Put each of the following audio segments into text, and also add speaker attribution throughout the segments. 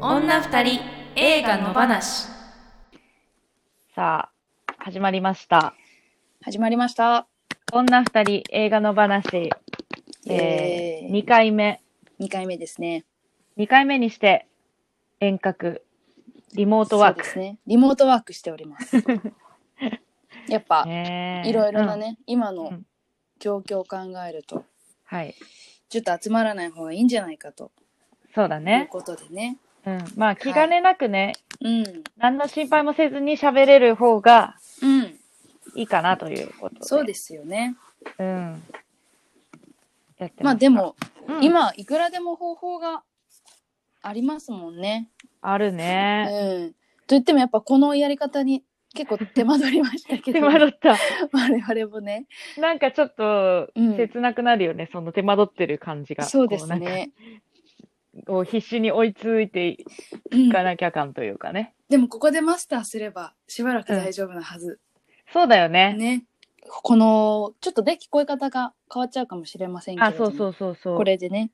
Speaker 1: 女二人映画の話
Speaker 2: さあ、始まりました。
Speaker 3: 始まりました。
Speaker 2: 女二人映画の話、
Speaker 3: えー、
Speaker 2: 2回目。
Speaker 3: 2回目ですね。
Speaker 2: 2回目にして、遠隔、リモートワー
Speaker 3: そう
Speaker 2: ク。
Speaker 3: ですね。リモートワークしております。 やっぱ、
Speaker 2: ねえ
Speaker 3: いろいろな
Speaker 2: うん
Speaker 3: ね、今
Speaker 2: う
Speaker 3: の
Speaker 2: ん
Speaker 3: 状況を考えると、
Speaker 2: はい。
Speaker 3: ちょっと集まらない方がいいんじゃないかと
Speaker 2: そうだ
Speaker 3: いう
Speaker 2: ね。
Speaker 3: ことでね。
Speaker 2: うん。まあ、気兼ねなくね、
Speaker 3: うん。
Speaker 2: 何の心配もせずに喋れる方が
Speaker 3: うん。
Speaker 2: いいかなということで。
Speaker 3: そうですよね。
Speaker 2: す。うん。やって
Speaker 3: まあ
Speaker 2: す
Speaker 3: で、も、
Speaker 2: うん、
Speaker 3: 今、いくらでも方法がありますもんね。
Speaker 2: ある
Speaker 3: う
Speaker 2: ね。
Speaker 3: ん。と言っても、やっぱこのやり方に結構 手間取りましたけ
Speaker 2: 手
Speaker 3: ど、
Speaker 2: 間取った。
Speaker 3: 我々もね。
Speaker 2: なんかちょっと
Speaker 3: うん、
Speaker 2: 切なくなるよね。その手間取ってる感じが。
Speaker 3: そうです
Speaker 2: こなんか
Speaker 3: ね。
Speaker 2: を必死に追いついてい
Speaker 3: うん
Speaker 2: かなきゃあかんというかね。
Speaker 3: でもここでマスターすればしばらく大丈夫なはず。
Speaker 2: そうだよね。
Speaker 3: ね。この、ちょっとね、聞こえ方が変わっちゃうかもしれませんけれ
Speaker 2: あ、
Speaker 3: ども。
Speaker 2: そうそうそうそう。
Speaker 3: これでね、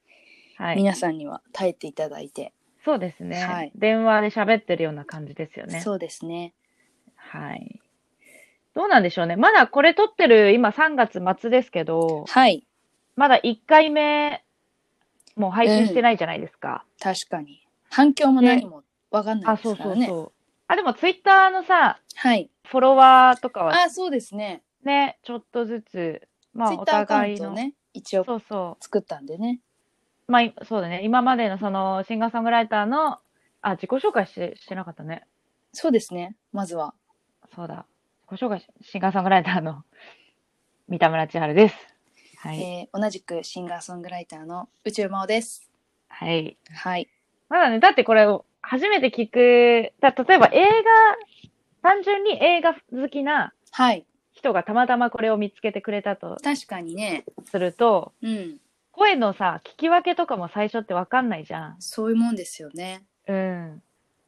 Speaker 2: はい。
Speaker 3: 皆さんには耐えていただいて。
Speaker 2: そうですね、
Speaker 3: はい
Speaker 2: 電話で喋ってるような感じですよね。
Speaker 3: そうですね。
Speaker 2: はい。どうなんでしょうね。まだこれ撮ってる今3月末ですけど、
Speaker 3: はい。
Speaker 2: まだ1回目もう配信してないじゃないですか。
Speaker 3: 確かに。反響も何もわかんない
Speaker 2: あ、
Speaker 3: で
Speaker 2: そ
Speaker 3: す
Speaker 2: う
Speaker 3: か
Speaker 2: そ
Speaker 3: ら
Speaker 2: う
Speaker 3: ね。
Speaker 2: そう。あ、でもツイッターのさ、
Speaker 3: はい。
Speaker 2: フォロワーとかは
Speaker 3: あ、そうですね。
Speaker 2: ね、ちょっとずつ、まあ
Speaker 3: ツイッ
Speaker 2: お
Speaker 3: ターアカウ
Speaker 2: 互
Speaker 3: ン
Speaker 2: い
Speaker 3: トを
Speaker 2: の、
Speaker 3: ね、一応
Speaker 2: そうそう。
Speaker 3: 作ったんでね。
Speaker 2: まあ、いそうだね。今までのそのシンガーソングライターの、あ、自己紹介してしてなかったね。
Speaker 3: そうですね。まずは。
Speaker 2: そうだ。自己紹介し、シンガーソングライターの 三田村千春です。はい。
Speaker 3: えー同じくシンガーソングライターの宇宙真央です。
Speaker 2: はい。
Speaker 3: はい。
Speaker 2: まだね、だってこれを初めて聞く、だ例えば映画、単純に映画好きな
Speaker 3: はい。
Speaker 2: 人がたまたまこれを見つけてくれたと
Speaker 3: 確かにね。
Speaker 2: すると、
Speaker 3: うん。
Speaker 2: 声のさ、聞き分けとかも最初ってわかんないじゃん。
Speaker 3: そういうもんですよね。
Speaker 2: うん。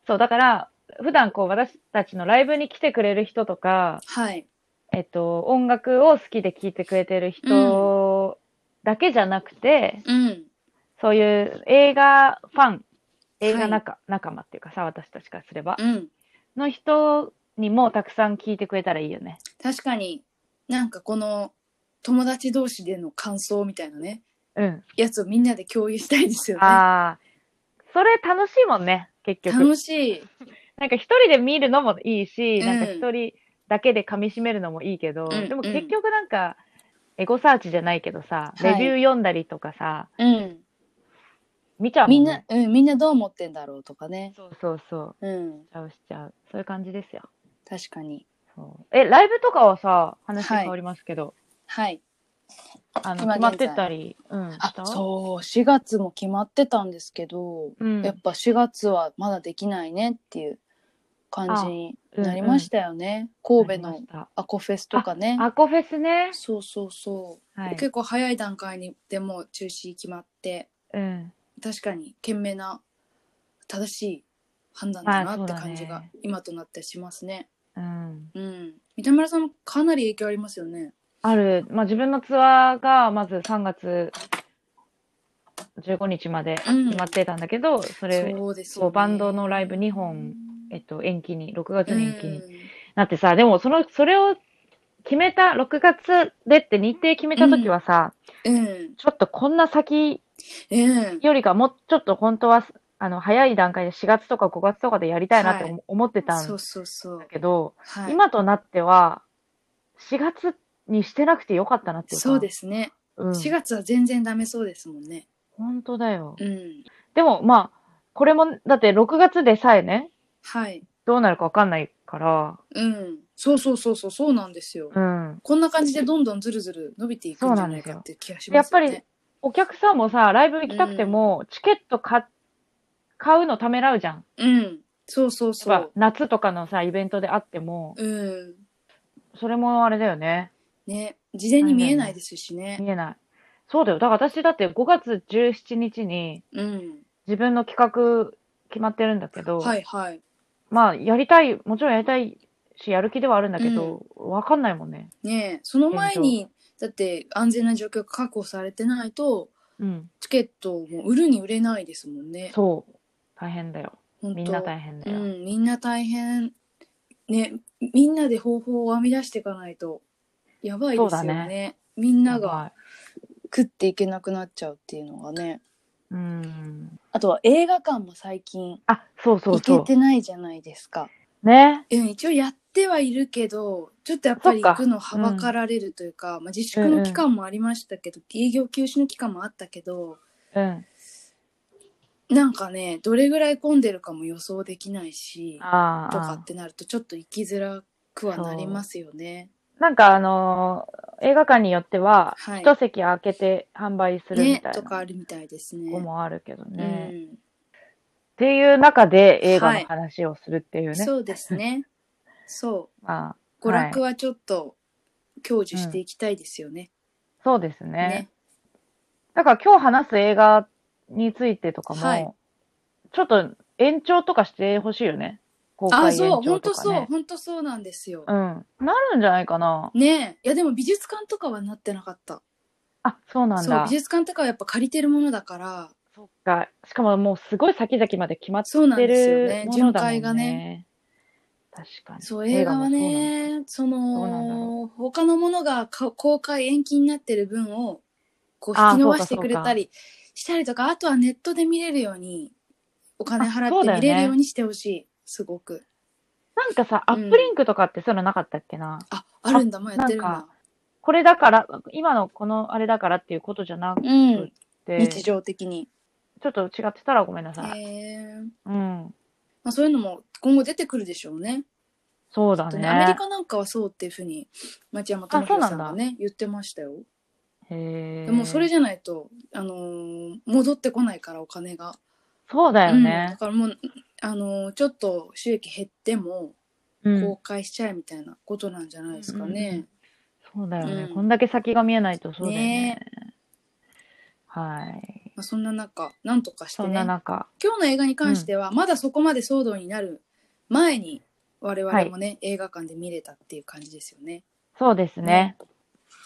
Speaker 2: そう、だから、普段こう私たちのライブに来てくれる人とか、
Speaker 3: はい。
Speaker 2: えっと、音楽を好きで聴いてくれてる人だけじゃなくて、
Speaker 3: うん。
Speaker 2: そういう映画ファン、映画仲,、仲間っていうかさ、私たちからすれば、
Speaker 3: うん。
Speaker 2: の人にもたくさん聴いてくれたらいいよね。
Speaker 3: 確かになんかこの友達同士での感想みたいなね、
Speaker 2: うん。
Speaker 3: やつをみんなで共有したいですよね。
Speaker 2: ああ、それ楽しいもんね、結局。
Speaker 3: 楽しい。
Speaker 2: なんか一人で見るのもいいし、
Speaker 3: うん
Speaker 2: なんか一人だけで噛み締めるのもいいけど、
Speaker 3: うん
Speaker 2: でも
Speaker 3: うん
Speaker 2: 結局なんか、エゴサーチじゃないけどさ、
Speaker 3: は
Speaker 2: レ
Speaker 3: い
Speaker 2: ビュー読んだりとかさ、
Speaker 3: うん。
Speaker 2: 見ちゃうもん
Speaker 3: みんな
Speaker 2: ね。、
Speaker 3: うん、みんなどう思ってんだろうとかね。
Speaker 2: そうそうそう。
Speaker 3: うん。
Speaker 2: しちゃうしちゃう。そういう感じですよ。
Speaker 3: 確かに。
Speaker 2: そうえ、ライブとかはさ、話
Speaker 3: はい
Speaker 2: 変わりますけど、
Speaker 3: はい。
Speaker 2: あの、決
Speaker 3: 今現
Speaker 2: ま
Speaker 3: 在
Speaker 2: ってたり、うん、し
Speaker 3: あ
Speaker 2: た、
Speaker 3: そう、4月も決まってたんですけど、
Speaker 2: うん、
Speaker 3: やっぱ4月はまだできないねっていう感じになりましたよね。
Speaker 2: うんうん
Speaker 3: 神戸
Speaker 2: なりま
Speaker 3: の
Speaker 2: した
Speaker 3: アコフェスとかね。
Speaker 2: アコフェスね。
Speaker 3: そうそうそう。
Speaker 2: はい。
Speaker 3: 結構早い段階にでもう中止決まって。
Speaker 2: うん。
Speaker 3: 確かに賢明な正しい判断だ
Speaker 2: あそ
Speaker 3: な
Speaker 2: う
Speaker 3: って
Speaker 2: だね
Speaker 3: 感じが今となってしますね。
Speaker 2: うん。
Speaker 3: うん、三田村さんもかなり影響ありますよね。
Speaker 2: ある、まあ、自分のツアーが、まず3月15日まで
Speaker 3: うん
Speaker 2: 決まってたんだけど、それ、
Speaker 3: そうですよ、
Speaker 2: そう、
Speaker 3: ね。
Speaker 2: バンドのライブ2本、えっと、延期に、6月の延期に
Speaker 3: うん
Speaker 2: なってさ、でも、その、それを決めた、6月でって日程決めた時はさ、
Speaker 3: うん、
Speaker 2: ちょっとこんな先
Speaker 3: うん、
Speaker 2: よりかもうちょっと本当は、あの、早い段階で4月とか5月とかでやりたいなって思,、
Speaker 3: は
Speaker 2: ってたん
Speaker 3: そう
Speaker 2: だ
Speaker 3: そうそう。
Speaker 2: けど、
Speaker 3: はい、
Speaker 2: 今となっては、4月にしてなくてよかったなっていうか。
Speaker 3: そうですね、
Speaker 2: うん。
Speaker 3: 4月は全然ダメそうですもんね。
Speaker 2: 本当だよ。
Speaker 3: うん、
Speaker 2: でも、まあ、これも、だって6月でさえね、
Speaker 3: はい、
Speaker 2: どうなるかわかんないから、
Speaker 3: うん、そうそうそうそうそうなんですよ。
Speaker 2: うん。
Speaker 3: こんな感じでどんどんずるずる伸びていくんじゃないかっていう気がし
Speaker 2: や
Speaker 3: ま
Speaker 2: っ
Speaker 3: す
Speaker 2: ぱ
Speaker 3: よ
Speaker 2: り
Speaker 3: ね。、
Speaker 2: お客さんもさ、ライブ行きたくても、チケット買、買うのためらうじゃん。
Speaker 3: うん、そうそうそ
Speaker 2: やっぱ
Speaker 3: う。
Speaker 2: 夏とかのさ、イベントであっても、
Speaker 3: うん、
Speaker 2: それもあれだよね。
Speaker 3: ね、事前に見えないですしね。
Speaker 2: 見えない。そうだよ。だから私だって5月17日に
Speaker 3: うん。
Speaker 2: 自分の企画決まってるんだけど、
Speaker 3: はいはい。
Speaker 2: まあやりたい、もちろんやりたいし、やる気ではあるんだけど、わ、かんないもんね。
Speaker 3: ねえその前に、だって安全な状況が確保されてないと、
Speaker 2: うん。
Speaker 3: チケットも売るに売れないですもんね。
Speaker 2: そう。大変だよ。
Speaker 3: 本当
Speaker 2: みんな大変だよ。
Speaker 3: うん、みんな大変。ね、みんなで方法を編み出していかないと、やばいですよ
Speaker 2: そうだ
Speaker 3: ね。
Speaker 2: ね
Speaker 3: みんな
Speaker 2: やば
Speaker 3: が
Speaker 2: い
Speaker 3: 食っていけなくなっちゃうっていうのがね。
Speaker 2: うん。
Speaker 3: あとは映画館も最近
Speaker 2: あ、そうそう
Speaker 3: 行け
Speaker 2: そ
Speaker 3: てないじゃないですか。
Speaker 2: う。ね。
Speaker 3: うん、一応やってはいるけど、ちょっとやっぱり
Speaker 2: そっ
Speaker 3: 行
Speaker 2: か
Speaker 3: くのはばかられるというか、まあ、自粛
Speaker 2: うんう
Speaker 3: の
Speaker 2: ん
Speaker 3: 期間もありましたけど、営業休止の期間もあったけど、
Speaker 2: うん。
Speaker 3: なんかね、どれぐらい混んでるかも予想できないし、
Speaker 2: あ
Speaker 3: とか
Speaker 2: あ
Speaker 3: っ。てなるとちょっと行きづらくはなりますよね。
Speaker 2: なんかあのー映画館によっては、
Speaker 3: はい。
Speaker 2: 一席空けて販売するみ
Speaker 3: ね
Speaker 2: たいな
Speaker 3: とかあ
Speaker 2: と
Speaker 3: るみたいです
Speaker 2: こ
Speaker 3: ね。
Speaker 2: もあるけど
Speaker 3: う
Speaker 2: ね。っ
Speaker 3: ん、
Speaker 2: ていう中で映画
Speaker 3: は
Speaker 2: の
Speaker 3: い
Speaker 2: 話をするっていうね。
Speaker 3: そうで すね。そう。
Speaker 2: まあ、
Speaker 3: 娯楽はちょっと享受していきたいですよね。
Speaker 2: そうです
Speaker 3: ね
Speaker 2: ね。だから今日話す映画についてとかも、
Speaker 3: はい
Speaker 2: ちょっと延長とかしてほしいよね。公開
Speaker 3: あ、
Speaker 2: 延長と
Speaker 3: そ
Speaker 2: か、
Speaker 3: う、
Speaker 2: ね。
Speaker 3: 本当そう、本当そうなんですよ。
Speaker 2: うん。なるんじゃないかな。
Speaker 3: ねえ。いや、でも美術館とかはなってなかった。
Speaker 2: あ、そうなん
Speaker 3: そう、
Speaker 2: だ
Speaker 3: 美。術館とかはやっぱ借りてるものだから、
Speaker 2: そっか。しかももうすごい先々まで決まっ
Speaker 3: そうなん
Speaker 2: て
Speaker 3: ですよ
Speaker 2: る
Speaker 3: ね。
Speaker 2: もの
Speaker 3: 巡
Speaker 2: だもんね。
Speaker 3: 回がね。
Speaker 2: 確かに。
Speaker 3: そう、映画は
Speaker 2: 映
Speaker 3: ね、そ
Speaker 2: そうなんだろ
Speaker 3: の、他のものがか公開延期になってる分を、こう
Speaker 2: あー
Speaker 3: 引き伸ばして
Speaker 2: そうか
Speaker 3: くれたりしたりとか、あとはネットで見れるように、お金払
Speaker 2: あそう
Speaker 3: っ
Speaker 2: だ
Speaker 3: て
Speaker 2: よね
Speaker 3: 見れるようにしてほしい。すごく。
Speaker 2: もそうなのなんかさ、ア
Speaker 3: うん
Speaker 2: ップリンクとかってそういうのなかったっけな。
Speaker 3: あ、あるんだ、もうやってる
Speaker 2: なん
Speaker 3: な。
Speaker 2: これだから、今のこのあれだからっていうことじゃなく
Speaker 3: うん、
Speaker 2: て、
Speaker 3: 日
Speaker 2: ち
Speaker 3: 常的に。
Speaker 2: ょっと違ってたらごめんな
Speaker 3: へ
Speaker 2: さい。
Speaker 3: え。
Speaker 2: うん。
Speaker 3: まあそういうのも今後出てくるでしょうね。
Speaker 2: そうだ
Speaker 3: あと
Speaker 2: ね。
Speaker 3: ねアメリカなんかはそうっていうふうに、町山智博さんがね、言ってましたよ。
Speaker 2: へ
Speaker 3: で
Speaker 2: え。
Speaker 3: もそれじゃないと、あのー戻ってこないから、お金が。
Speaker 2: そうだよ
Speaker 3: うん、だ
Speaker 2: ね。
Speaker 3: からもう、あのーちょっと収益減っても
Speaker 2: うん。
Speaker 3: 公開しちゃえみたいなことなんじゃないですかね。
Speaker 2: そうだよね、
Speaker 3: うん
Speaker 2: こんだけ先が見えないとそうだよね。
Speaker 3: ね
Speaker 2: はい。
Speaker 3: まあ、そんな中、なんとかして
Speaker 2: そん
Speaker 3: ね
Speaker 2: な。中、
Speaker 3: 今日の映画に関しては、まだそこまで騒動になる前に、我々もね、映画館で見れたっていう感じですよね。
Speaker 2: そうですね。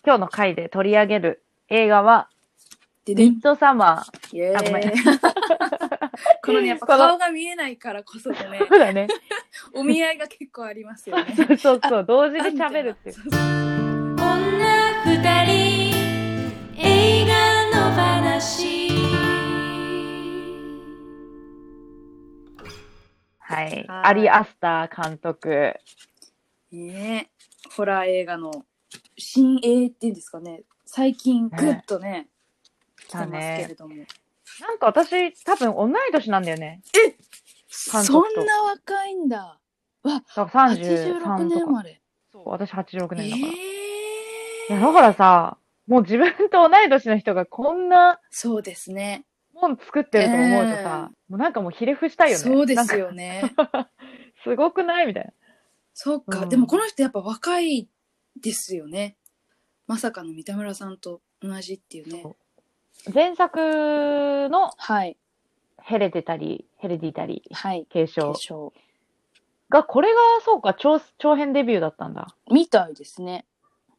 Speaker 2: 今日の回で取り上げる映画は、
Speaker 3: で
Speaker 2: ミ
Speaker 3: ね
Speaker 2: ッ、ドサマー。
Speaker 3: イエ
Speaker 2: あごめん
Speaker 3: ーイ。 このね、やっぱ
Speaker 2: この
Speaker 3: 顔が見えないからこそのね、
Speaker 2: そう だね。
Speaker 3: お見合いが結構ありますよね。
Speaker 2: そうそうそう、同時で喋るっていう。
Speaker 1: 女二人映画の話
Speaker 2: はい。
Speaker 3: はい
Speaker 2: アリ・アスター監督。
Speaker 3: ねえホラー映画の新鋭っていうんですかね最近グッとね来てますけれども、
Speaker 2: なんか私、多分同い年なんだよね。監
Speaker 3: そ
Speaker 2: 督と
Speaker 3: んな若いんだ
Speaker 2: だから
Speaker 3: 86
Speaker 2: 33
Speaker 3: 年
Speaker 2: と
Speaker 3: 生
Speaker 2: か。
Speaker 3: まれ
Speaker 2: そう、私86年だ
Speaker 3: え
Speaker 2: から。い
Speaker 3: え
Speaker 2: や、だからさ、もう自分と同い年の人がこんな
Speaker 3: そうですね
Speaker 2: もん作ってると思うとさ、もうなんかもうひれ伏したいよね。
Speaker 3: そうで
Speaker 2: なんか
Speaker 3: すよね
Speaker 2: すごくないみたいな。
Speaker 3: そっか、
Speaker 2: うん
Speaker 3: でもこの人やっぱ若いですよねまさかの三田村さんと同じっていうね
Speaker 2: そう前作の
Speaker 3: はい
Speaker 2: ヘレディタリー、ヘレディタリー、
Speaker 3: はい
Speaker 2: 継承
Speaker 3: 決勝
Speaker 2: が、これがそうか、長長編デビューだったんだ。
Speaker 3: みたいですね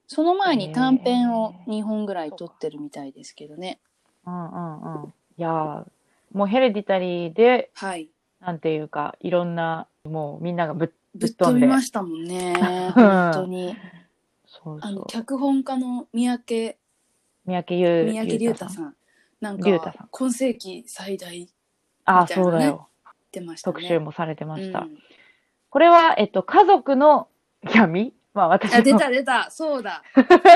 Speaker 3: その前
Speaker 2: へ
Speaker 3: に
Speaker 2: え
Speaker 3: 短編を2本ぐらい撮ってるみたいですけどね
Speaker 2: うんうんうん。いやー、もうヘレディタリーで、
Speaker 3: はい
Speaker 2: なんていうか、いろんな、もうみんながぶっ、
Speaker 3: ぶっ飛びましたもん ね。
Speaker 2: うん
Speaker 3: 本当に。
Speaker 2: そう
Speaker 3: あ
Speaker 2: そ
Speaker 3: の、
Speaker 2: う。
Speaker 3: 脚本家の三宅、
Speaker 2: 三宅優
Speaker 3: 三宅龍太
Speaker 2: ん。
Speaker 3: さん。なん
Speaker 2: 龍太さ
Speaker 3: か、今世紀最大
Speaker 2: あー、
Speaker 3: みたいなね
Speaker 2: そうだよ。
Speaker 3: 出ましたね。
Speaker 2: 特集もされてました。
Speaker 3: うん
Speaker 2: これは、えっと、家族の闇まあ私
Speaker 3: あ、出
Speaker 2: の、
Speaker 3: た出た。そうだ。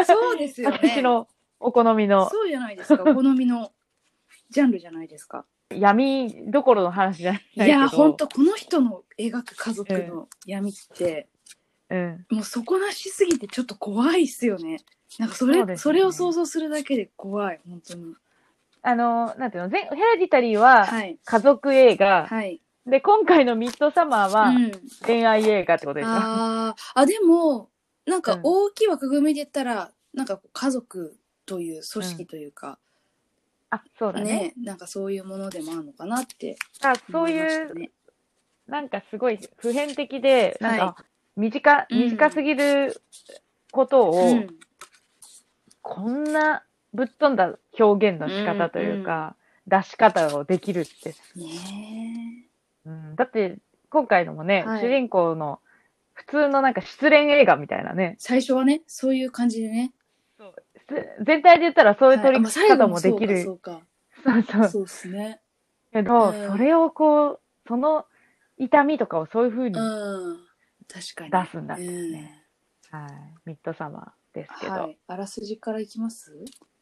Speaker 3: そうですよね。
Speaker 2: 私のお好みの
Speaker 3: そうじゃないですか。お好みのジャンルじゃないですか。
Speaker 2: 闇どころの話じゃない
Speaker 3: い
Speaker 2: けど。
Speaker 3: や、ほんと、この人の描く家族の闇って、
Speaker 2: うん。
Speaker 3: もう底なしすぎてちょっと怖いっすよね。なんかそれ、
Speaker 2: そ
Speaker 3: そう
Speaker 2: ですね
Speaker 3: れを想像するだけで怖い、本当に。
Speaker 2: あの、なんていうの、前ヘレディタリーは
Speaker 3: はい。
Speaker 2: 家族映画、
Speaker 3: はい。
Speaker 2: で、今回のミッドサマーは
Speaker 3: うん。
Speaker 2: 恋愛映画ってことでしょ。
Speaker 3: あーあでもなん
Speaker 2: う
Speaker 3: か
Speaker 2: ん
Speaker 3: 大きい枠組みで言ったら、なんかこう家族という組織というか、
Speaker 2: あ、そうだ
Speaker 3: ね
Speaker 2: ね
Speaker 3: なんかそういうものでもあるのかなって
Speaker 2: あそ
Speaker 3: 思
Speaker 2: う
Speaker 3: いまし
Speaker 2: い
Speaker 3: た
Speaker 2: う、
Speaker 3: ね。
Speaker 2: なんかすごい普遍的で、なんか、
Speaker 3: は
Speaker 2: 短、
Speaker 3: うん
Speaker 2: 短すぎることを、
Speaker 3: うん
Speaker 2: こんなぶっ飛んだ表現の仕方というか、出し方をできるって、
Speaker 3: ね
Speaker 2: うん、だって、今回のもね、
Speaker 3: はい
Speaker 2: 主人公の普通のなんか失恋映画みたいなね、
Speaker 3: 最初はね、そういう感じでね。
Speaker 2: す全体で言ったらそういう
Speaker 3: はい
Speaker 2: 取
Speaker 3: あ
Speaker 2: り
Speaker 3: まあ
Speaker 2: 方もで
Speaker 3: 最後
Speaker 2: き
Speaker 3: も
Speaker 2: る。
Speaker 3: そ
Speaker 2: そう
Speaker 3: か、
Speaker 2: う
Speaker 3: そうか。
Speaker 2: そう。
Speaker 3: そうですね。
Speaker 2: けど、
Speaker 3: うん
Speaker 2: それをこう、その痛みとかをそういうふうに
Speaker 3: う
Speaker 2: 出
Speaker 3: ん。確かに。
Speaker 2: すんだったよね。はい。ミッドサマーですけ
Speaker 3: うん
Speaker 2: ど。
Speaker 3: はい。あらすじからいきます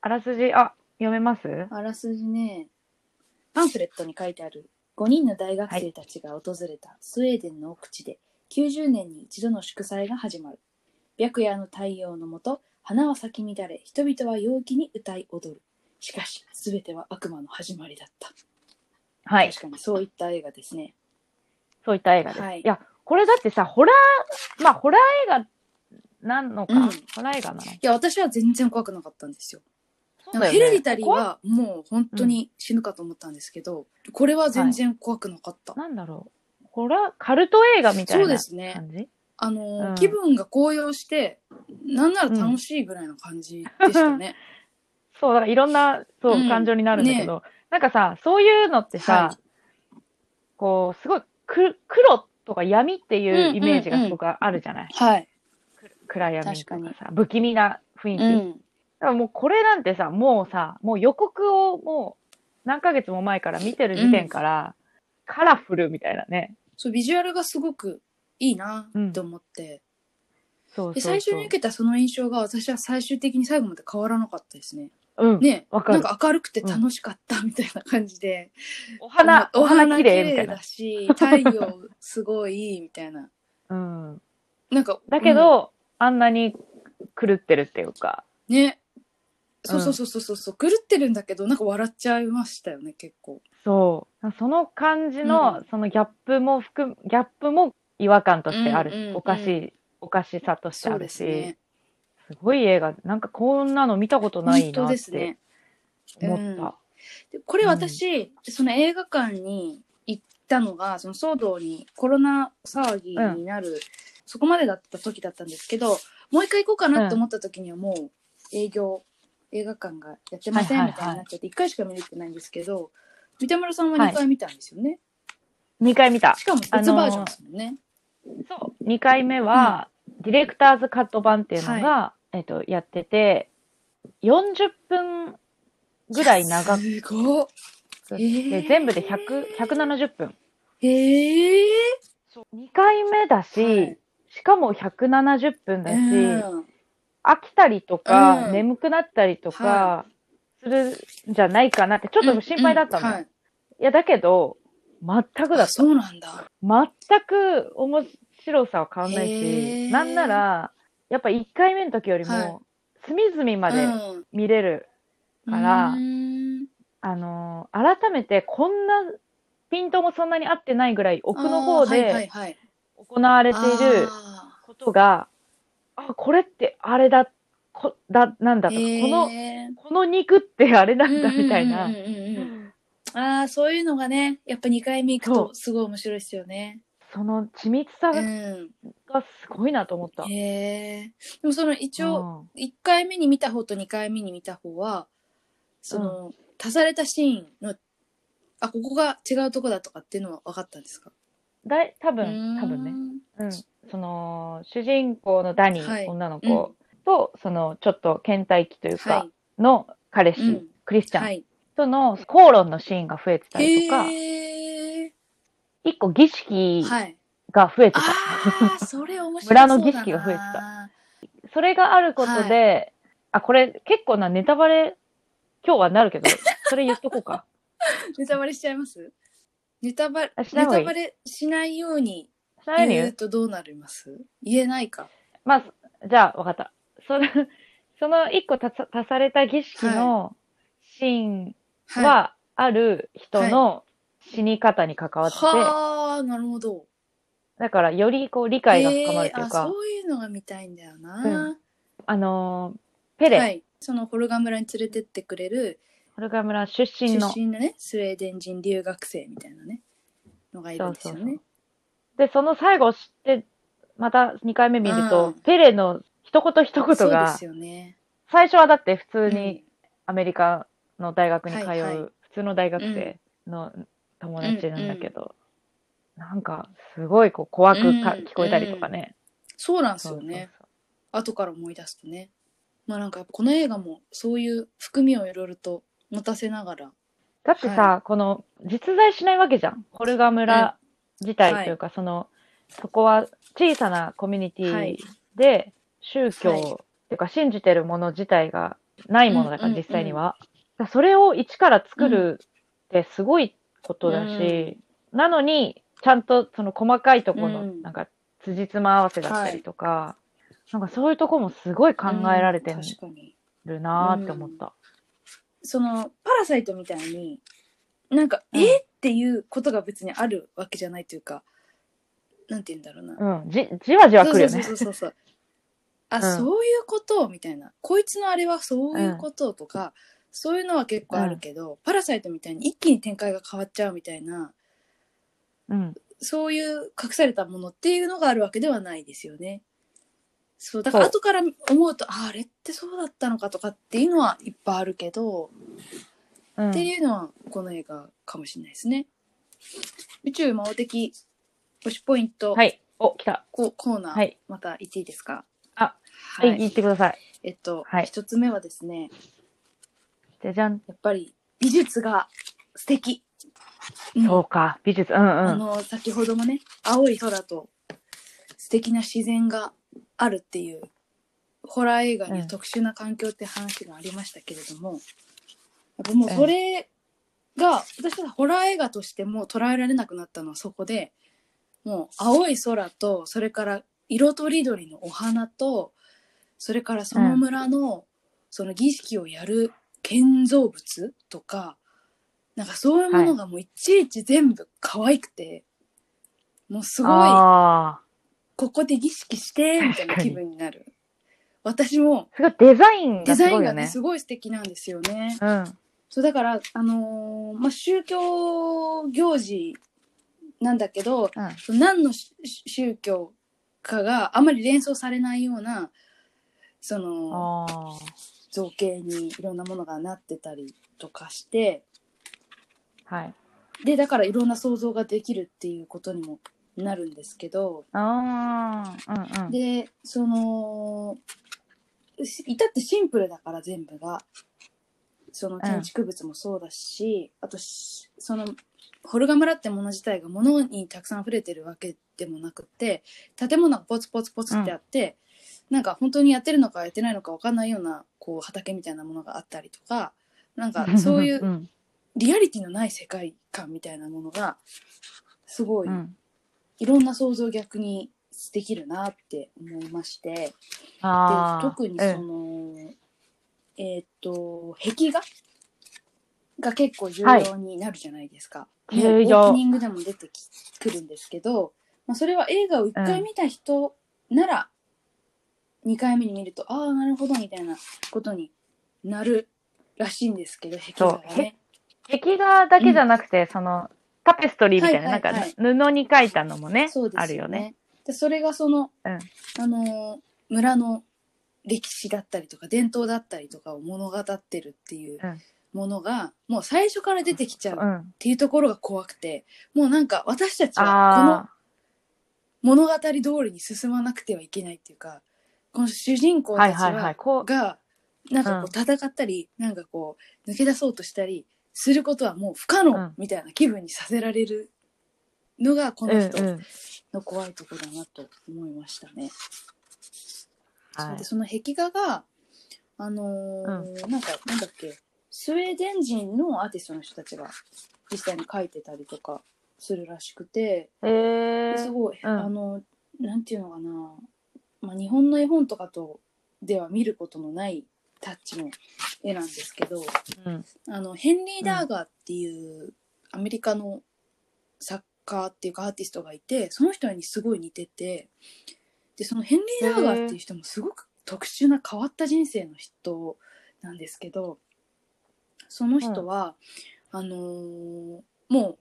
Speaker 2: あらすじ、あ、読めます
Speaker 3: あらすじね、パンフレットに書いてある5人の大学生たちが訪れたスウェーデンの奥地で90年に一度の祝祭が始まる。白夜の太陽のもと、花は咲き乱れ、人々は陽気に歌い踊る。しかし、すべては悪魔の始まりだった。
Speaker 2: はい。
Speaker 3: 確かに、そういった映画ですね。
Speaker 2: そういった映画です。
Speaker 3: はい
Speaker 2: い、や、これだってさ、ホラー、まあ、ホラー映画なのか、
Speaker 3: うん
Speaker 2: ホラー映画なのか
Speaker 3: いや、私は全然怖くなかったんですよ。
Speaker 2: そ
Speaker 3: な
Speaker 2: うん
Speaker 3: か
Speaker 2: だよね
Speaker 3: ヘレディタリーはもう本当に死ぬかと思ったんですけど、これは全然怖くなかった。
Speaker 2: なんだろう。ホラー、カルト映画みたい
Speaker 3: そう
Speaker 2: な
Speaker 3: ですね。
Speaker 2: 感じ、
Speaker 3: あのー
Speaker 2: うん
Speaker 3: 気分が高揚してなんなら楽しいぐらいの感じでしたね。
Speaker 2: そう、だからいろんな、そう、
Speaker 3: うん
Speaker 2: 感情になるんだけど、なんかさ、そういうのってさ、
Speaker 3: は
Speaker 2: こう、すごいく、黒とか闇っていうイメージがすごくあるじゃない、
Speaker 3: はい。
Speaker 2: 暗闇とか
Speaker 3: 確
Speaker 2: さ、不気味な雰囲気。だ
Speaker 3: ん。
Speaker 2: からもうこれなんてさ、もうさ、もう予告をもう何ヶ月も前から見てる時点から、カラフルみたいなね。
Speaker 3: そうビジュアルがすごくいいなと思って、
Speaker 2: そう
Speaker 3: で
Speaker 2: そうそう。
Speaker 3: 最初に受けたその印象が私は最終的に最後まで変わらなかったですね。
Speaker 2: うん。
Speaker 3: ね、
Speaker 2: わかる
Speaker 3: なんか明るくて楽しかったみたいな感じで、
Speaker 2: お花、お花綺麗みたいな
Speaker 3: だ。し、太陽すごいみたいな。
Speaker 2: うん。
Speaker 3: なんか
Speaker 2: だけ、ど、あんなに狂ってるっていうか、
Speaker 3: うんね。そうそうそうそうそう狂ってるんだけどなんか笑っちゃいましたよね結構。
Speaker 2: そう。その感じ
Speaker 3: う
Speaker 2: の、そのギャップも含む、ギャップも違和感としてある
Speaker 3: うんうん
Speaker 2: し
Speaker 3: う、ん
Speaker 2: おかしい、おかしさとして
Speaker 3: そ
Speaker 2: あ
Speaker 3: う
Speaker 2: る
Speaker 3: です
Speaker 2: し、
Speaker 3: ね。
Speaker 2: すごい映画、なんかこんなの見たことない
Speaker 3: 本当
Speaker 2: な
Speaker 3: で
Speaker 2: っ
Speaker 3: す
Speaker 2: て
Speaker 3: ね。
Speaker 2: 思
Speaker 3: う
Speaker 2: っ
Speaker 3: ん
Speaker 2: た。
Speaker 3: でこれ私、その映画館に行ったのがその騒動にコロナ騒ぎになる、そこまでだった時だったんですけどもう一回行こうかなと思った時にはもう営業映画館がやってませ
Speaker 2: は
Speaker 3: ん
Speaker 2: いはいはい
Speaker 3: みたいになっちゃって1回しか見れてないんですけど三田村さんは
Speaker 2: はい
Speaker 3: 2回見たんですよね、
Speaker 2: 2回見た
Speaker 3: し。かも別バージョンですもんね、
Speaker 2: そう。2回目は、ディレクターズカット版っていうのが、えっと、やってて、40分ぐらい長く
Speaker 3: すごっ
Speaker 2: で
Speaker 3: え
Speaker 2: で
Speaker 3: ー
Speaker 2: 全部で100 170分。
Speaker 3: ええ
Speaker 2: 2回目だし、
Speaker 3: はい
Speaker 2: しかも170分だし、
Speaker 3: うん
Speaker 2: 飽きたりとか、
Speaker 3: うん
Speaker 2: 眠くなったりと
Speaker 3: は
Speaker 2: か、するんじゃないかなって、ちょっと心配だったの。
Speaker 3: うんうんはい
Speaker 2: いや、だけど、全くだ
Speaker 3: あ。そうなんだ
Speaker 2: 全く面白さは変わんない
Speaker 3: へ
Speaker 2: し、
Speaker 3: ー
Speaker 2: なんなら、やっぱ1回目の時より
Speaker 3: はい
Speaker 2: も、隅々まで
Speaker 3: うん
Speaker 2: 見れる。から
Speaker 3: うーん
Speaker 2: あのー改めて、こんな、ピントもそんなに合ってないぐらい奥の方
Speaker 3: あーはいはい
Speaker 2: で
Speaker 3: はい
Speaker 2: 行われている
Speaker 3: あー
Speaker 2: ことが、あ、これってあれだ、こ、だ、なんだとか、
Speaker 3: へー
Speaker 2: この、この肉ってあれなんだみたいな
Speaker 3: うん。うんうんうんうんああそういうのがねやっぱ2回目行く
Speaker 2: そ
Speaker 3: とすごい面白いですよね。
Speaker 2: その緻密さ
Speaker 3: う
Speaker 2: が
Speaker 3: ん、
Speaker 2: すごいなと思った。
Speaker 3: へえでもその一応
Speaker 2: 応、
Speaker 3: 1回目に見た方と2回目に見た方はその、足されたシーンのあここが違うとこだとかっていうのは分かったんですか
Speaker 2: だい多
Speaker 3: 多
Speaker 2: 分、多分ね。
Speaker 3: ね。
Speaker 2: うん。その、主人公のダニー、
Speaker 3: はい
Speaker 2: 女の
Speaker 3: う
Speaker 2: 子と、その、ちょっと倦怠期というか
Speaker 3: は、
Speaker 2: の彼
Speaker 3: い。
Speaker 2: 氏、
Speaker 3: うん
Speaker 2: クリスチャン
Speaker 3: はい、
Speaker 2: との口論のシーンが増えてたりとか、
Speaker 3: へえ。
Speaker 2: 一個儀式
Speaker 3: はい。
Speaker 2: が増えてた。
Speaker 3: ああ、それ面白い。
Speaker 2: 村の儀式が増えて
Speaker 3: た。
Speaker 2: それがあることで、あ、これ結構なネタバレ、今日はなるけど、それ言っとこうか。
Speaker 3: ネタバレしちゃいますネタバレ、
Speaker 2: あ
Speaker 3: ネ
Speaker 2: しない
Speaker 3: タ
Speaker 2: 方がいい
Speaker 3: バレしないように
Speaker 2: そういうの言
Speaker 3: 言う
Speaker 2: う
Speaker 3: とどうなります言えないか。
Speaker 2: まあ、じゃあ、わかった。その、 その一個足さ足された儀式のシーン
Speaker 3: は
Speaker 2: は、ある人の死に方に関
Speaker 3: あ、
Speaker 2: わってて、
Speaker 3: はあ、なるほど。
Speaker 2: だから、よりこう、理解が深まると
Speaker 3: え
Speaker 2: い
Speaker 3: ー
Speaker 2: う
Speaker 3: あ
Speaker 2: か、
Speaker 3: そういうのが見たいんだよな。
Speaker 2: あのー、ペレ、
Speaker 3: はい。そのホルガ村に連れてってくれる
Speaker 2: ホルガ村出
Speaker 3: 出
Speaker 2: 身の、
Speaker 3: 身のね、スウェーデン人留学生みたいなね、のがいるんですよ
Speaker 2: そうそう
Speaker 3: ね。
Speaker 2: で、その最後を知って、また2回目見ると、
Speaker 3: うん
Speaker 2: ペレの一言一
Speaker 3: そ
Speaker 2: 言
Speaker 3: うで
Speaker 2: が
Speaker 3: す、よね。
Speaker 2: 最初はだって普通
Speaker 3: うん
Speaker 2: にアメリカの大学に通う、
Speaker 3: はいはい
Speaker 2: 普通の大学生の友達なんだけど、なんか、すごいこう怖くか
Speaker 3: うん
Speaker 2: 聞こえたりとかね。
Speaker 3: そうなんです
Speaker 2: そう
Speaker 3: よ
Speaker 2: そう
Speaker 3: ね。
Speaker 2: そう
Speaker 3: 後から思い出すとね。まあなんかやっぱこの映画もそういう含みをいろいろと持たせながら。
Speaker 2: だってさ、この、実在しないわけじゃん。コルガ村自体というか、その、そこは小さなコミュニテ
Speaker 3: はい
Speaker 2: ィで、宗教、
Speaker 3: はい
Speaker 2: っていうか信じてるもの自体がないものだか
Speaker 3: う
Speaker 2: ら、
Speaker 3: んうんうん
Speaker 2: 実際には。だからそれを一から作るってすごいことだし、なのに、ちゃんとその細かいところ
Speaker 3: う
Speaker 2: の、
Speaker 3: ん
Speaker 2: なんか、辻褄合わせだったりとか、なんかそういうとこもすごい考えられて
Speaker 3: う
Speaker 2: る
Speaker 3: ん確かに。
Speaker 2: るなーって思った。
Speaker 3: そのパラサイトみたいになんか、
Speaker 2: うん
Speaker 3: えっていうことが別にあるわけじゃないというかなんて言うんだろうな、
Speaker 2: うん、じ、じわじわ
Speaker 3: そ
Speaker 2: 来
Speaker 3: う
Speaker 2: る
Speaker 3: そう
Speaker 2: よ
Speaker 3: そう
Speaker 2: ね
Speaker 3: そ。うそうそうあ、
Speaker 2: ん
Speaker 3: そういうことみたいなこいつのあれはそういうこととか、そういうのは結構あるけど、パラサイトみたいに一気に展開が変わっちゃうみたいな
Speaker 2: うん、
Speaker 3: そういう隠されたものっていうのがあるわけではないですよね。そうだから
Speaker 2: そう
Speaker 3: 後から思うとああれってそうだったのかとかっていうのはいっぱいあるけど、
Speaker 2: うん
Speaker 3: っていうのはこの映画かもしれないですね。宇宙魔王的推しポイント、
Speaker 2: はい。お、来た。
Speaker 3: こコーナー、
Speaker 2: はい
Speaker 3: また言っていいですか
Speaker 2: あ、
Speaker 3: は、
Speaker 2: はいい、言ってください。
Speaker 3: えっと、
Speaker 2: はい
Speaker 3: 一つ目はですね、
Speaker 2: じゃじゃん。
Speaker 3: やっぱり美術が素敵。うん
Speaker 2: そうか、美術、うん
Speaker 3: あ
Speaker 2: うん。
Speaker 3: の、先ほどもね、青い空と素敵な自然があるっていう、ホラー映画には特殊な環境って話がありましたけれども、やっぱもうそれが、私はホラー映画としてもう捉えられなくなったのはそこで、もう青い空と、それから色とりどりのお花と、それからその村の、その儀式をやる建造物とか、なんかそういうものがもういちいち全部可愛くて、もうすごい、
Speaker 2: ああ。
Speaker 3: ここで儀式して、みたいな
Speaker 2: 確か
Speaker 3: 気
Speaker 2: に
Speaker 3: 分になる。私も
Speaker 2: すごいデザイン
Speaker 3: デ
Speaker 2: がす
Speaker 3: ザイ
Speaker 2: ご
Speaker 3: ン
Speaker 2: い
Speaker 3: が
Speaker 2: よ
Speaker 3: ね、
Speaker 2: ね。
Speaker 3: すごい素敵なんですよね。
Speaker 2: うん。
Speaker 3: そうだから、あのーまあ、宗教行事なんだけど、
Speaker 2: うん。
Speaker 3: 何のし宗教かがあまり連想されないような、その、
Speaker 2: あ
Speaker 3: 造形にいろんなものがなってたりとかして
Speaker 2: あ。はい。
Speaker 3: でだからいろんな想像ができるっていうことにもなるんですけど
Speaker 2: ああ。うんうん。
Speaker 3: でそのし至ってシンプルだから全部がその建築物もそうだし、あとしそのホルガ村ってもの自体が物にたくさん溢れてるわけでもなくて建物がポツポツポツってあって、なんか本当にやってるのかやってないのか分かんないようなこう畑みたいなものがあったりとかなんかそういうんリアリティのない世界観みたいなものがすごい
Speaker 2: うん。
Speaker 3: いろんな想像を逆にできるなって思いましてで
Speaker 2: ああ。
Speaker 3: 特にそ
Speaker 2: うん
Speaker 3: の、えーっと壁画が結構重要になるじゃないですか。
Speaker 2: い
Speaker 3: ね
Speaker 2: 重
Speaker 3: オー
Speaker 2: 要
Speaker 3: プニングでも出てきくるんですけど、まあ、それは映画を1回見た人なら2回目に見ると、ああなるほどみたいなことになるらしいんですけど壁画が
Speaker 2: そうへ
Speaker 3: ね。
Speaker 2: 壁画だけじゃなくて、その、タペストリーみたいな、な
Speaker 3: は
Speaker 2: いん
Speaker 3: は
Speaker 2: か
Speaker 3: いはい
Speaker 2: 布に描いたのもね
Speaker 3: そう、です
Speaker 2: あるよね。。
Speaker 3: でそれがその、
Speaker 2: うん
Speaker 3: あのー村の歴史だったりとか伝統だったりとかを物語ってるっていう
Speaker 2: うん
Speaker 3: ものが、もう最初から出てきちゃう
Speaker 2: う
Speaker 3: っ
Speaker 2: ん。
Speaker 3: ていうところが怖くてもうなんか私たちは
Speaker 2: あ
Speaker 3: この物語通りに進まなくてはいけないっていうかこの主人
Speaker 2: あ。
Speaker 3: 公
Speaker 2: はい
Speaker 3: たち
Speaker 2: はいはい。
Speaker 3: は
Speaker 2: こう、
Speaker 3: がなんかこう戦ったり、なんかこう抜け出そうとしたりすることはもう不可
Speaker 2: う
Speaker 3: 能
Speaker 2: ん
Speaker 3: みたいな気分にさせられるのがこ
Speaker 2: うん
Speaker 3: の
Speaker 2: う
Speaker 3: 人
Speaker 2: ん。
Speaker 3: の怖いところだなと思いましたね。
Speaker 2: は
Speaker 3: で
Speaker 2: い。
Speaker 3: その壁画があのーなんかなんだっけスウェーデン人のアーティストの人たちが実際に描いてたりとかするらしくて
Speaker 2: ええ
Speaker 3: すごい、
Speaker 2: うん
Speaker 3: あのなんていうのかな、まあ、日本の絵本とかとでは見ることのないタッチの絵なんですけど
Speaker 2: うん。
Speaker 3: あのヘンリー・ダーガーっていうアメリカの作家っていうかアーティストがいてその人にすごい似ててでそのヘンリー・ダーガーっていう人もすごく特殊な変わった人生の人なんですけどその人は、あのーもう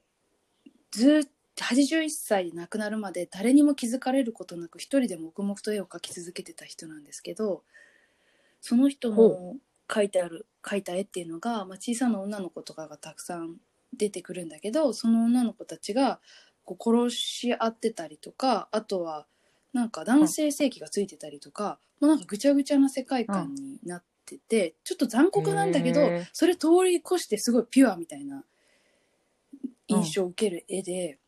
Speaker 3: ずっと81歳で亡くなるまで誰にも気づかれることなく一人で黙々と絵を描き続けてた人なんですけどその人の
Speaker 2: ほ
Speaker 3: 描いてある描いた絵っていうのが、まあ、小さな女の子とかがたくさん出てくるんだけどその女の子たちがこう殺し合ってたりとかあとはなんか男性性器がついてたりとか、もうなんかぐちゃぐちゃな世界観になってて、ちょっと残酷なんだけど、
Speaker 2: へー
Speaker 3: それ通り越してすごいピュアみたいな印象を受ける絵で、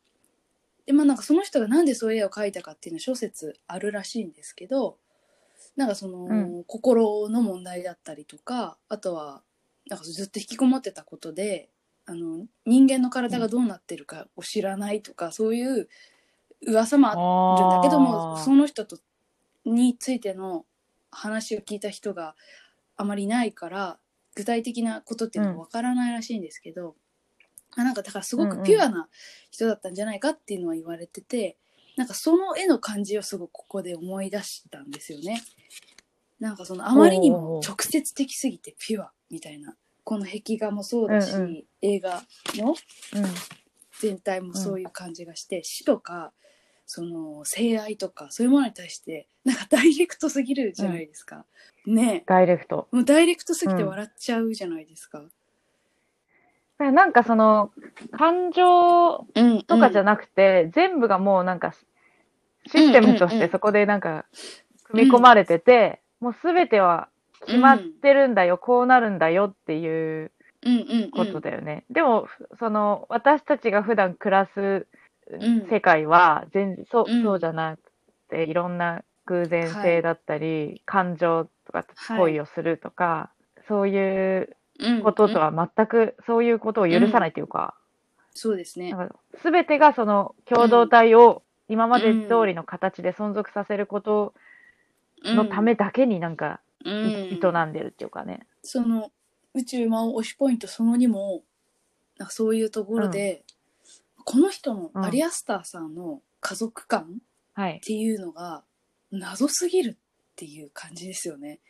Speaker 3: でまあなんかその人がなんでそういう絵を描いたかっていうのは諸説あるらしいんですけどなんかその、
Speaker 2: うん
Speaker 3: 心の問題だったりとかあとはなんかずっと引きこもってたことであの人間の体がどうなってるかを知らないとか、そういう噂もあっるんだけども
Speaker 2: あー
Speaker 3: その人とについての話を聞いた人があまりないから具体的なことっていうのはわからないらしいんですけど、あなんかだからすご
Speaker 2: うんう
Speaker 3: く
Speaker 2: ん
Speaker 3: ピュアな人だったんじゃないかっていうのは言われてて、なんかその絵の感じをすごくここで思い出したんですよね。なんかそのあまりにも直接的すぎてピュアみたいなこの壁画もそうだし、
Speaker 2: うんうん
Speaker 3: 映画の
Speaker 2: うん
Speaker 3: 全体もそういう感じがして、死とかその性愛とかそういうものに対してなんかダ イレクトすぎるじゃないですか、ね
Speaker 2: ダイレクト。
Speaker 3: えもうダイレクトすぎて
Speaker 2: うん
Speaker 3: 笑っちゃうじゃないですか、
Speaker 2: なんかその、感情
Speaker 3: うん、
Speaker 2: とかじゃ
Speaker 3: な
Speaker 2: なくて、全部がもうなんか、システムと
Speaker 3: うん
Speaker 2: し
Speaker 3: うんう
Speaker 2: て
Speaker 3: ん
Speaker 2: そこでなんか、組み込まれてて、もうすべては決まってるんだよ、こうなるんだよっていう
Speaker 3: うんうんうん
Speaker 2: ことだよね。でも、その、私たちが普段暮らす
Speaker 3: ん
Speaker 2: 世界は、全然、そう
Speaker 3: うん
Speaker 2: そうじゃなくて、いろんな偶然性だったり、感情とか
Speaker 3: はい
Speaker 2: 恋をするとか、そういう
Speaker 3: うん
Speaker 2: ことと
Speaker 3: うん
Speaker 2: は全く、そういうことを許さないというか、
Speaker 3: そうですね
Speaker 2: なんか全てがその共同体を今まで通りの形で存続させることのためだけになんか
Speaker 3: う
Speaker 2: い
Speaker 3: ん
Speaker 2: 営
Speaker 3: うん
Speaker 2: んでるっていうかね。
Speaker 3: その宇宙魔王推しポイントその2もなんかそういうところで、この人の
Speaker 2: うん
Speaker 3: アリアスターさんの家族感、
Speaker 2: はい
Speaker 3: っ。ていうのが謎すぎるっていう感じです よね。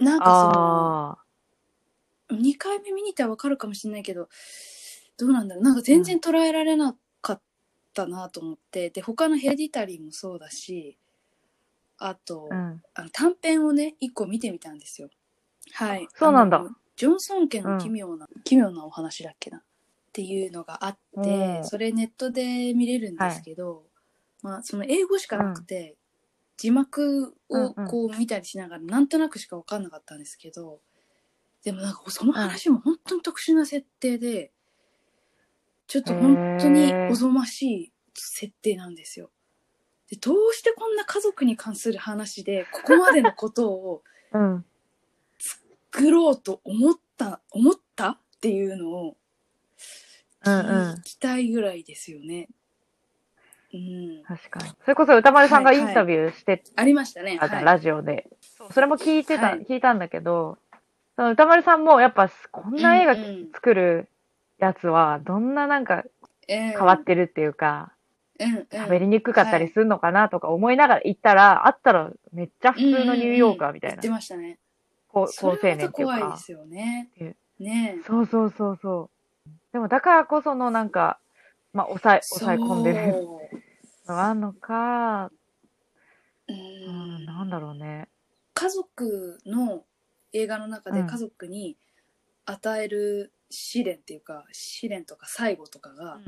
Speaker 3: なんか
Speaker 2: あ
Speaker 3: その2回目見に行ったらわかるかもしれないけどどうなんだろうなんか全然捉えられなかったなと思って、で他のヘレディタリーもそうだしあと、
Speaker 2: あ。うん。
Speaker 3: あの短編をね1個見てみたんですよ。はい、
Speaker 2: そうなんだ
Speaker 3: あのジョンソン家の奇妙な、奇妙なお話だっけなっていうのがあって、
Speaker 2: うん
Speaker 3: それネットで見れるんですけど、まあ、その英語しかなくて、字幕をこう見たりしながらなんとなくしか分かんなかったんですけどでもなんかその話も本当に特殊な設定でちょっと本当におぞましい設定なんですよ。でどうしてこんな家族に関する話でここまでのことを
Speaker 2: うん。
Speaker 3: 作ろうと思った思ったっていうのを
Speaker 2: うんうん
Speaker 3: 聞きたいぐらいですよね。うん、
Speaker 2: 確かに。それこそ歌丸さんがインタビューして
Speaker 3: ありましたね。
Speaker 2: たじゃん、
Speaker 3: はい、
Speaker 2: ラジオで。それも聞いてた、
Speaker 3: はい
Speaker 2: 聞いたんだけど、その歌丸さんもやっぱこんな映画
Speaker 3: うんうん
Speaker 2: 作るやつは、どんななんか
Speaker 3: 変
Speaker 2: 変わってるっていうか、
Speaker 3: うんうん
Speaker 2: 喋りにくかったりするのかなとか思いながら行ったら、あったらめっちゃ普通のニューヨーカーみたい
Speaker 3: 言
Speaker 2: な
Speaker 3: って、ましたね。
Speaker 2: 高高青
Speaker 3: それ
Speaker 2: 年
Speaker 3: また
Speaker 2: っていう
Speaker 3: 怖いで
Speaker 2: か。
Speaker 3: すよね
Speaker 2: っていう。
Speaker 3: ねえ。
Speaker 2: そうそうそうそう。でもだからこそのなんか、まあ抑え、抑え込んでる
Speaker 3: そう
Speaker 2: のがあるのか、う
Speaker 3: う
Speaker 2: んん、なんだろうね。
Speaker 3: 家族の映画の中で
Speaker 2: うん
Speaker 3: 家族に与える試練っていうか、試練とか最後とかが、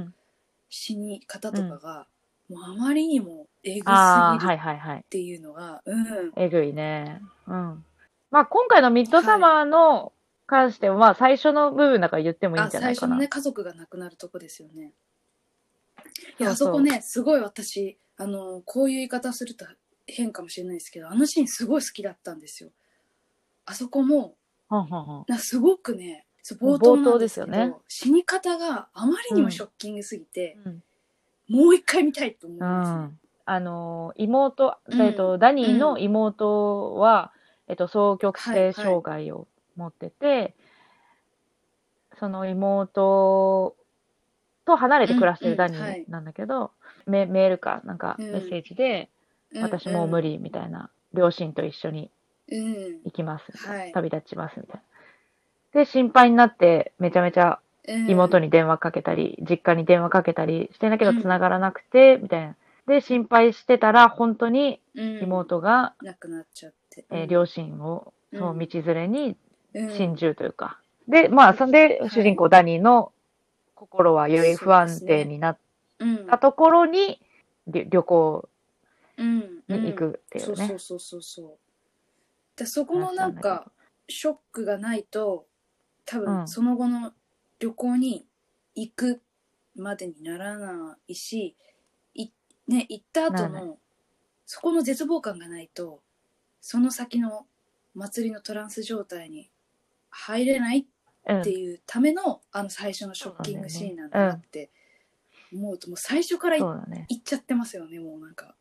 Speaker 3: 死に方とかが、もうあまりにもえぐす
Speaker 2: ああ、
Speaker 3: ぎ
Speaker 2: は
Speaker 3: るっ
Speaker 2: いはいはい。
Speaker 3: ていうのが、うん、
Speaker 2: えぐいね。うん。まあ今回のミッドサマーの関しては、まあ最初の部分だから言ってもいいん
Speaker 3: あ
Speaker 2: じゃな
Speaker 3: 最
Speaker 2: いか
Speaker 3: 初
Speaker 2: な。
Speaker 3: のね家族が亡くなるとこですよね。いや
Speaker 2: そうそう
Speaker 3: あそこねすごい私あのこういう言い方すると変かもしれないですけどあのシーンすごい好きだったんですよ。あそこも
Speaker 2: ほんほんほん
Speaker 3: なすごくねそう冒頭なんですけど
Speaker 2: 冒頭ですよね
Speaker 3: 死に方があまりにもショッキングすぎて、
Speaker 2: うん
Speaker 3: もう一回見たいと思いますね。
Speaker 2: あの妹、
Speaker 3: うん
Speaker 2: えっと、ダニーの妹は、えっと、双極性障害を持ってて、その妹と離れて暮らしてるダニ
Speaker 3: うんうんはい
Speaker 2: ーなんだけど、メメールかなんか
Speaker 3: う
Speaker 2: メ
Speaker 3: ん
Speaker 2: ッセージで、
Speaker 3: うん
Speaker 2: 私もう無。理みたいな、両親と一緒に
Speaker 3: うん
Speaker 2: 行きます、
Speaker 3: はい
Speaker 2: 旅立ちますみたいな。で、心配になって、めちゃめちゃ
Speaker 3: うん、
Speaker 2: 妹
Speaker 3: に、
Speaker 2: に電話かけたり、実家に電話かけたりしてんだけど
Speaker 3: うん
Speaker 2: 繋がらなくて、みたいな。で、心配してたら、本当に
Speaker 3: うん、
Speaker 2: 妹が、
Speaker 3: 亡くなっちゃって、
Speaker 2: えー両親を、
Speaker 3: うん
Speaker 2: そう、道連れに
Speaker 3: うん
Speaker 2: 心中というか。で、まあ、そんで、主人公ダニーの心はより不安定になったところに、り旅行
Speaker 3: うんうん
Speaker 2: に行くっていうね。
Speaker 3: そうそうそうそうそうだそこの
Speaker 2: 話な
Speaker 3: なん
Speaker 2: んだ
Speaker 3: かショックがないと多
Speaker 2: う
Speaker 3: 分
Speaker 2: ん
Speaker 3: その後の旅行に行くまでにならないしい、ね、行った
Speaker 2: な
Speaker 3: 後
Speaker 2: ら
Speaker 3: のそこの絶望感がないとその先の祭りのトランス状態に入れない
Speaker 2: うん
Speaker 3: っていうための、あの最初のショッキングシーンなんだなって思うともう最初からい
Speaker 2: そうだね。
Speaker 3: 行っちゃってますよねもうなんか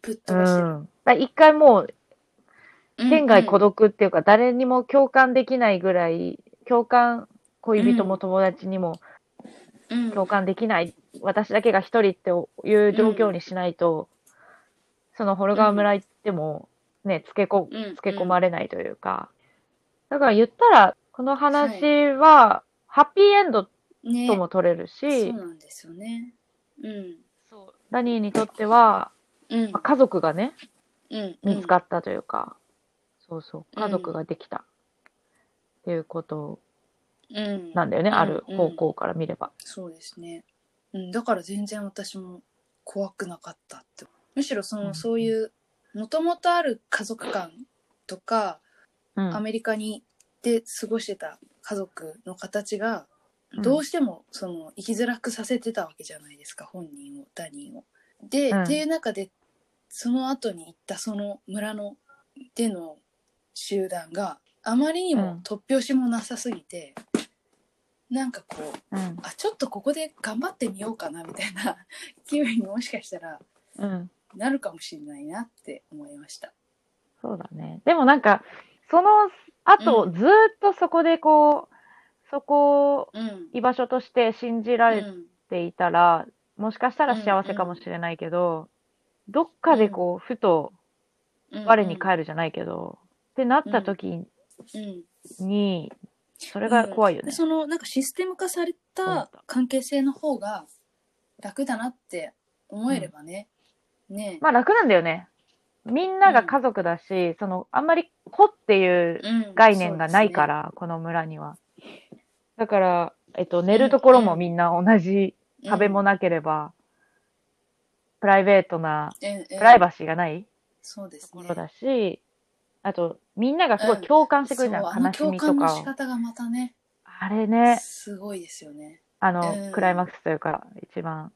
Speaker 3: ぶっ飛
Speaker 2: う
Speaker 3: ばしてる。
Speaker 2: ん。だから一回もう天涯孤
Speaker 3: ど
Speaker 2: 独っていうか、誰にも共感できないぐらい、共感、恋人も友達にも共感できない、私だけが一人っていう状況にしないと、そのホルガー村行っても、ね、つけこ、つけ込まれないというか。だから言ったら、この話は、ハッピーエンド
Speaker 3: れね
Speaker 2: とも取れるし
Speaker 3: そう、なんですよねうん
Speaker 2: そうダニーにとっては、
Speaker 3: うん
Speaker 2: まあ家族がね、
Speaker 3: うん
Speaker 2: 見つかったというか、そうそう、
Speaker 3: うん
Speaker 2: 家族ができたっていうこと
Speaker 3: うん
Speaker 2: なんだよね、
Speaker 3: うん
Speaker 2: ある方向から見れば。
Speaker 3: そうですね、うん、だから全然私も怖くなかったってむしろその、
Speaker 2: うん
Speaker 3: そういうもともとある家族感とか、
Speaker 2: うん、
Speaker 3: アメリカにで過ごしてた家族の形が
Speaker 2: うん
Speaker 3: どうしてもその生きづらくさせてたわけじゃないですか本人をダニーを。で、
Speaker 2: うん
Speaker 3: っていう中でその後に行ったその村のでの集団があまりに
Speaker 2: うん
Speaker 3: も突拍子もなさすぎて、なんかこう
Speaker 2: うん、
Speaker 3: あちょっとここで頑張ってみようかなみたいな 気分にもしかしたら
Speaker 2: うん、
Speaker 3: なるかもしれないなって思いました。
Speaker 2: そうだね。でもなんか、その後、
Speaker 3: う
Speaker 2: ずーっとそこでこう、そこを
Speaker 3: うん、
Speaker 2: 居場所として信じられ
Speaker 3: うん
Speaker 2: ていたら、もしかしたら幸せかもしれないけど、どっかでこう、ふと我に返るじゃないけど、ってなった時
Speaker 3: うんうん
Speaker 2: に、それが怖いよ
Speaker 3: うん
Speaker 2: ね。
Speaker 3: そのなんかシステム化され
Speaker 2: 思ったた
Speaker 3: 関係性の方が楽だなって思えればね、ね
Speaker 2: まあ楽なんだよね。みんなが家族だし、その、あんまり子っていう
Speaker 3: うん
Speaker 2: 概念がないか
Speaker 3: そう
Speaker 2: ら、この村には。だから、えっと、寝るところもみんな同じ、
Speaker 3: ですね
Speaker 2: 壁もなければ、プライベートな、
Speaker 3: うんうん
Speaker 2: プライバシーがない
Speaker 3: そうです
Speaker 2: とこ
Speaker 3: ね
Speaker 2: ろだし、あと、みんながすご
Speaker 3: う
Speaker 2: い
Speaker 3: ん
Speaker 2: 共感してくるじゃん、
Speaker 3: そうあの
Speaker 2: 悲し
Speaker 3: 共
Speaker 2: みと
Speaker 3: 感の
Speaker 2: か
Speaker 3: 仕
Speaker 2: を。
Speaker 3: 方がまたね
Speaker 2: あれね、
Speaker 3: すごいですよね
Speaker 2: あの、
Speaker 3: うん
Speaker 2: クライマックスというか、一番。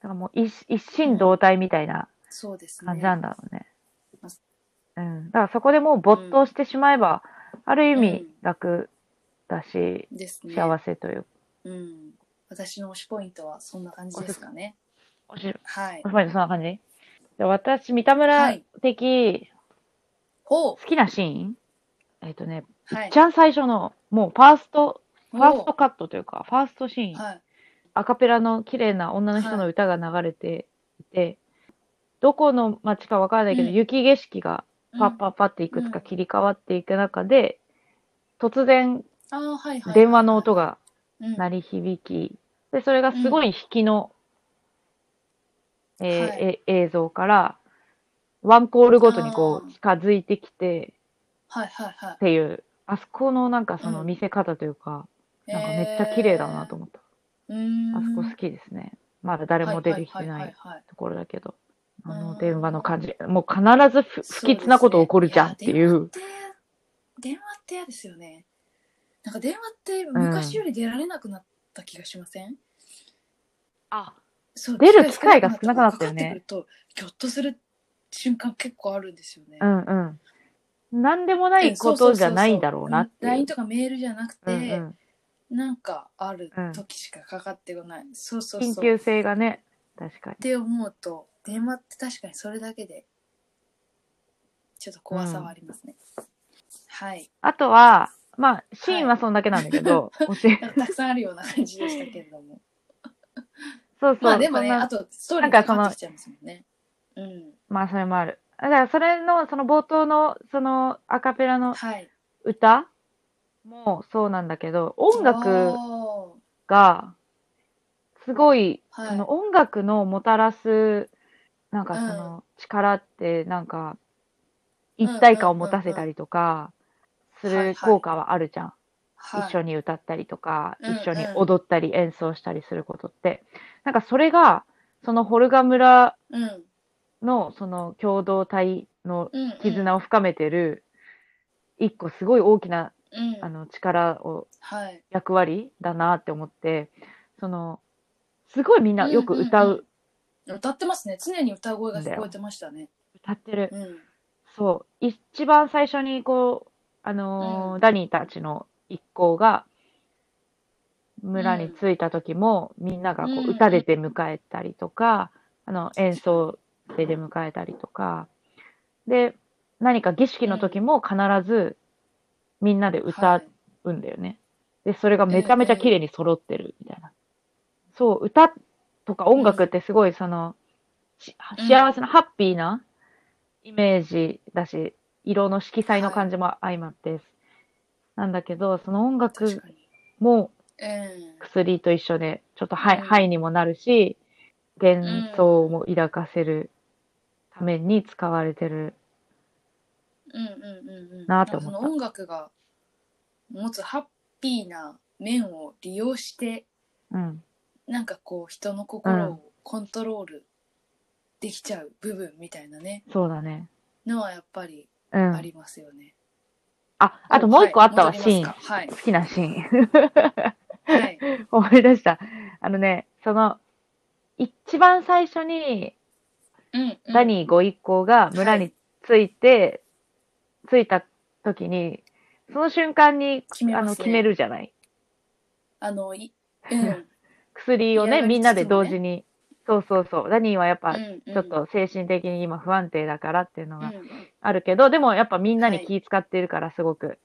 Speaker 2: だからもう一一心同体みたいな
Speaker 3: そうですね
Speaker 2: 感じなんだろうね。
Speaker 3: ま
Speaker 2: うん。だからそこでもう没頭してしまえば、ある意
Speaker 3: う
Speaker 2: 味
Speaker 3: ん
Speaker 2: 楽だし、
Speaker 3: ですね
Speaker 2: 幸せという
Speaker 3: うん私の推しポイントはそんな感じですかね
Speaker 2: おし、
Speaker 3: はい
Speaker 2: おしまいでそんな感じで私、三田
Speaker 3: は
Speaker 2: 村
Speaker 3: い
Speaker 2: 的
Speaker 3: ほ
Speaker 2: 好きなシーン、えっ、とね、
Speaker 3: うはい
Speaker 2: 一番最初の、もうファースト、フ
Speaker 3: ほう
Speaker 2: ァーストカットというか、ファーストシーン、
Speaker 3: はい
Speaker 2: アカペラの綺麗な女の人の歌が流れていて、どこの街かわからないけど、
Speaker 3: うん
Speaker 2: 雪景色がパッ
Speaker 3: うん
Speaker 2: パッパっていくつか
Speaker 3: うん
Speaker 2: 切り替わっていく中で、突然
Speaker 3: あーはいはい
Speaker 2: 電話の音
Speaker 3: が
Speaker 2: が鳴
Speaker 3: り
Speaker 2: り響き、で、それがすごい引きの、えー
Speaker 3: はい
Speaker 2: え映像から、ワンコールごとにこ
Speaker 3: あ
Speaker 2: う
Speaker 3: ー
Speaker 2: 近づいてきて
Speaker 3: はいはいは
Speaker 2: っていう、あそこのなんかその
Speaker 3: うん
Speaker 2: 見せ方というか、
Speaker 3: い
Speaker 2: なんかめっちゃ綺麗だなと思った。
Speaker 3: えーうーん
Speaker 2: あそこ好きですね。まだ誰も出てきて
Speaker 3: ははは
Speaker 2: ない
Speaker 3: ははい
Speaker 2: ところだけど、あ
Speaker 3: うん
Speaker 2: の電話の感じ、もう必ず不不
Speaker 3: そうですね
Speaker 2: 吉なこと起こるじゃんっていう。
Speaker 3: や電話って電話って嫌ですよねなんか電話って昔より出られなくなった気がしません、
Speaker 2: あ、
Speaker 3: そう
Speaker 2: 出る機会が少なくなったよ
Speaker 3: かか
Speaker 2: ね
Speaker 3: ってくるとぎょっとする瞬間結構あるんですよね、
Speaker 2: うんうん。なんでもないことじゃないだろうなっていう。
Speaker 3: LINE とかメールじゃなくて、
Speaker 2: うんうん
Speaker 3: なんかある時しかかかってこない、そうそう
Speaker 2: 緊
Speaker 3: そう
Speaker 2: 急
Speaker 3: っ
Speaker 2: 性がね、確かに。
Speaker 3: て思うと電話って確かにそれだけでちょっと怖さはありますね、はい
Speaker 2: あとは、まあ、シーンはそんだけなんだけ ど、教え、
Speaker 3: なんかたくさんあるような感じでしたけれども
Speaker 2: そうそう。
Speaker 3: まあでも
Speaker 2: そん
Speaker 3: ね、
Speaker 2: な
Speaker 3: あとストーリーが変わってきちゃいますもんね。うん。
Speaker 2: まあ、それもある。だから、それの、その冒頭の、その、アカペラの
Speaker 3: はい。
Speaker 2: 歌もそうなんだけど、音楽
Speaker 3: お
Speaker 2: が、すごい、
Speaker 3: はい
Speaker 2: その音楽のもたらす、なんかその、力って、なんか、一体感を持たせたりとか、す
Speaker 3: うんうんうんうん
Speaker 2: る効果はあるじゃん。
Speaker 3: はい、
Speaker 2: 一緒に歌ったりとか、
Speaker 3: うん
Speaker 2: 一緒に
Speaker 3: うん
Speaker 2: 踊ったり演奏したりすることって、なんかそれが、そのホルガ村
Speaker 3: うん
Speaker 2: のその共同体の
Speaker 3: うんうん、
Speaker 2: 絆を深めてる、一個すごい大きな
Speaker 3: うん
Speaker 2: あの力を、
Speaker 3: はい
Speaker 2: 役割だなって思って、その、すごいみんなよく歌う、
Speaker 3: うんうん歌ってますね常に歌声が聞こえてましたね
Speaker 2: 歌ってる。
Speaker 3: うん
Speaker 2: そう。一番最初に、こう、あのー
Speaker 3: うん
Speaker 2: ダニーたちの一行が、村に着いた時も、みんながこ
Speaker 3: うんうん
Speaker 2: う、歌で出迎えたりとか、あの、演奏で出迎えたりとか、で、何か儀式の時も必ず、みんなで
Speaker 3: は
Speaker 2: 歌
Speaker 3: い
Speaker 2: うんだよね。で、それがめちゃめちゃ綺麗に揃ってる、みたいな。そう、歌とか音楽ってすごい、その、し
Speaker 3: うん
Speaker 2: 幸せな、ハッピーなイメージだし、色の色彩の感じも相まって、なんだけど、その音
Speaker 3: 確
Speaker 2: 楽
Speaker 3: かに
Speaker 2: も
Speaker 3: うん
Speaker 2: 薬と一緒で、ちょっとハイ,、
Speaker 3: うん
Speaker 2: ハイにもなるし、幻想も抱かせるために使われてる。
Speaker 3: うんうんうんうん
Speaker 2: なあと思った
Speaker 3: んかその音楽が持つハッピーな面を利用して
Speaker 2: うん。
Speaker 3: なんかこう人の心
Speaker 2: う
Speaker 3: をコントロールできちゃう部分みたいなね、
Speaker 2: そうだね。
Speaker 3: のはやっぱり
Speaker 2: う
Speaker 3: あ
Speaker 2: ん。
Speaker 3: りますよね。
Speaker 2: あ、あともう一個あったわ、
Speaker 3: はい
Speaker 2: シーン。
Speaker 3: 戻りま
Speaker 2: 好
Speaker 3: すかはい。
Speaker 2: きなシーン。
Speaker 3: はい。
Speaker 2: 思い出した。あのね、その、一番最初に、
Speaker 3: うん、うん。
Speaker 2: ダニーご一行が村に着いて、着いた時に、その瞬間に、
Speaker 3: 決めます
Speaker 2: あ
Speaker 3: ね
Speaker 2: の、決めるじゃない。
Speaker 3: あの、い、うん。
Speaker 2: 薬をね、
Speaker 3: 嫌がりつつもね
Speaker 2: みんなで同時に。そうそうそう。ダニーはやっぱ、
Speaker 3: う
Speaker 2: ち
Speaker 3: んうん
Speaker 2: ょっ、と精神的に今不安定だからっていうの
Speaker 3: う
Speaker 2: が
Speaker 3: ん
Speaker 2: あるけど、でもやっぱみんな
Speaker 3: は
Speaker 2: に
Speaker 3: い
Speaker 2: 気使ってるからすごく。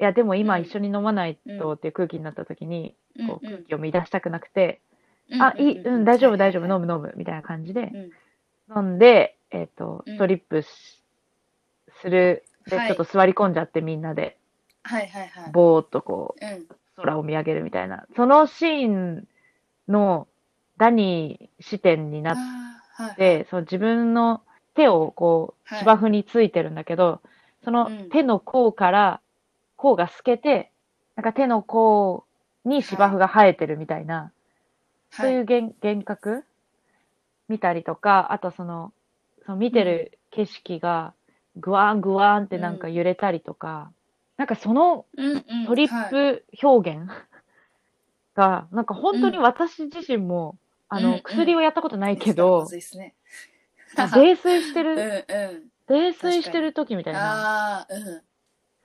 Speaker 2: い、や、でも今
Speaker 3: うん
Speaker 2: 一緒に飲まないとっていう空気になった時に、こう空気を乱したくなくて、あ、いい、うん、大丈夫大丈夫、飲む飲む、みたいな感じで、
Speaker 3: うん
Speaker 2: 飲んで、えっ、と、
Speaker 3: うん
Speaker 2: ストリップしする、で、
Speaker 3: はい
Speaker 2: ちょっと座り込んじゃってみんなで、
Speaker 3: はいはいはい。
Speaker 2: ぼーっとこう、
Speaker 3: うん。
Speaker 2: 空を見上げるみたいな、そのシーンのダニー視点になっ
Speaker 3: あーはい。
Speaker 2: て、その自分の手をこう、
Speaker 3: はい
Speaker 2: 芝生についてるんだけど、その
Speaker 3: うん
Speaker 2: 手の甲から、甲が透けて、なんか手の甲に芝生が生えてるみたいな、そういう幻幻覚見たりとか、あとその、その見てる景色がグワーングワーンってなんか揺れたりとか、なんかその
Speaker 3: はい、
Speaker 2: トリッ
Speaker 3: はい
Speaker 2: プ表現が、なんか本当に
Speaker 3: うん
Speaker 2: 私自身も、あ
Speaker 3: うんう
Speaker 2: の、
Speaker 3: ん
Speaker 2: 薬をやったことないけ
Speaker 3: ま
Speaker 2: ど、
Speaker 3: ずいっすね
Speaker 2: 泥酔して
Speaker 3: う
Speaker 2: る、
Speaker 3: んう
Speaker 2: 泥酔してる時みた
Speaker 3: ん。
Speaker 2: いな、
Speaker 3: ああ、うん。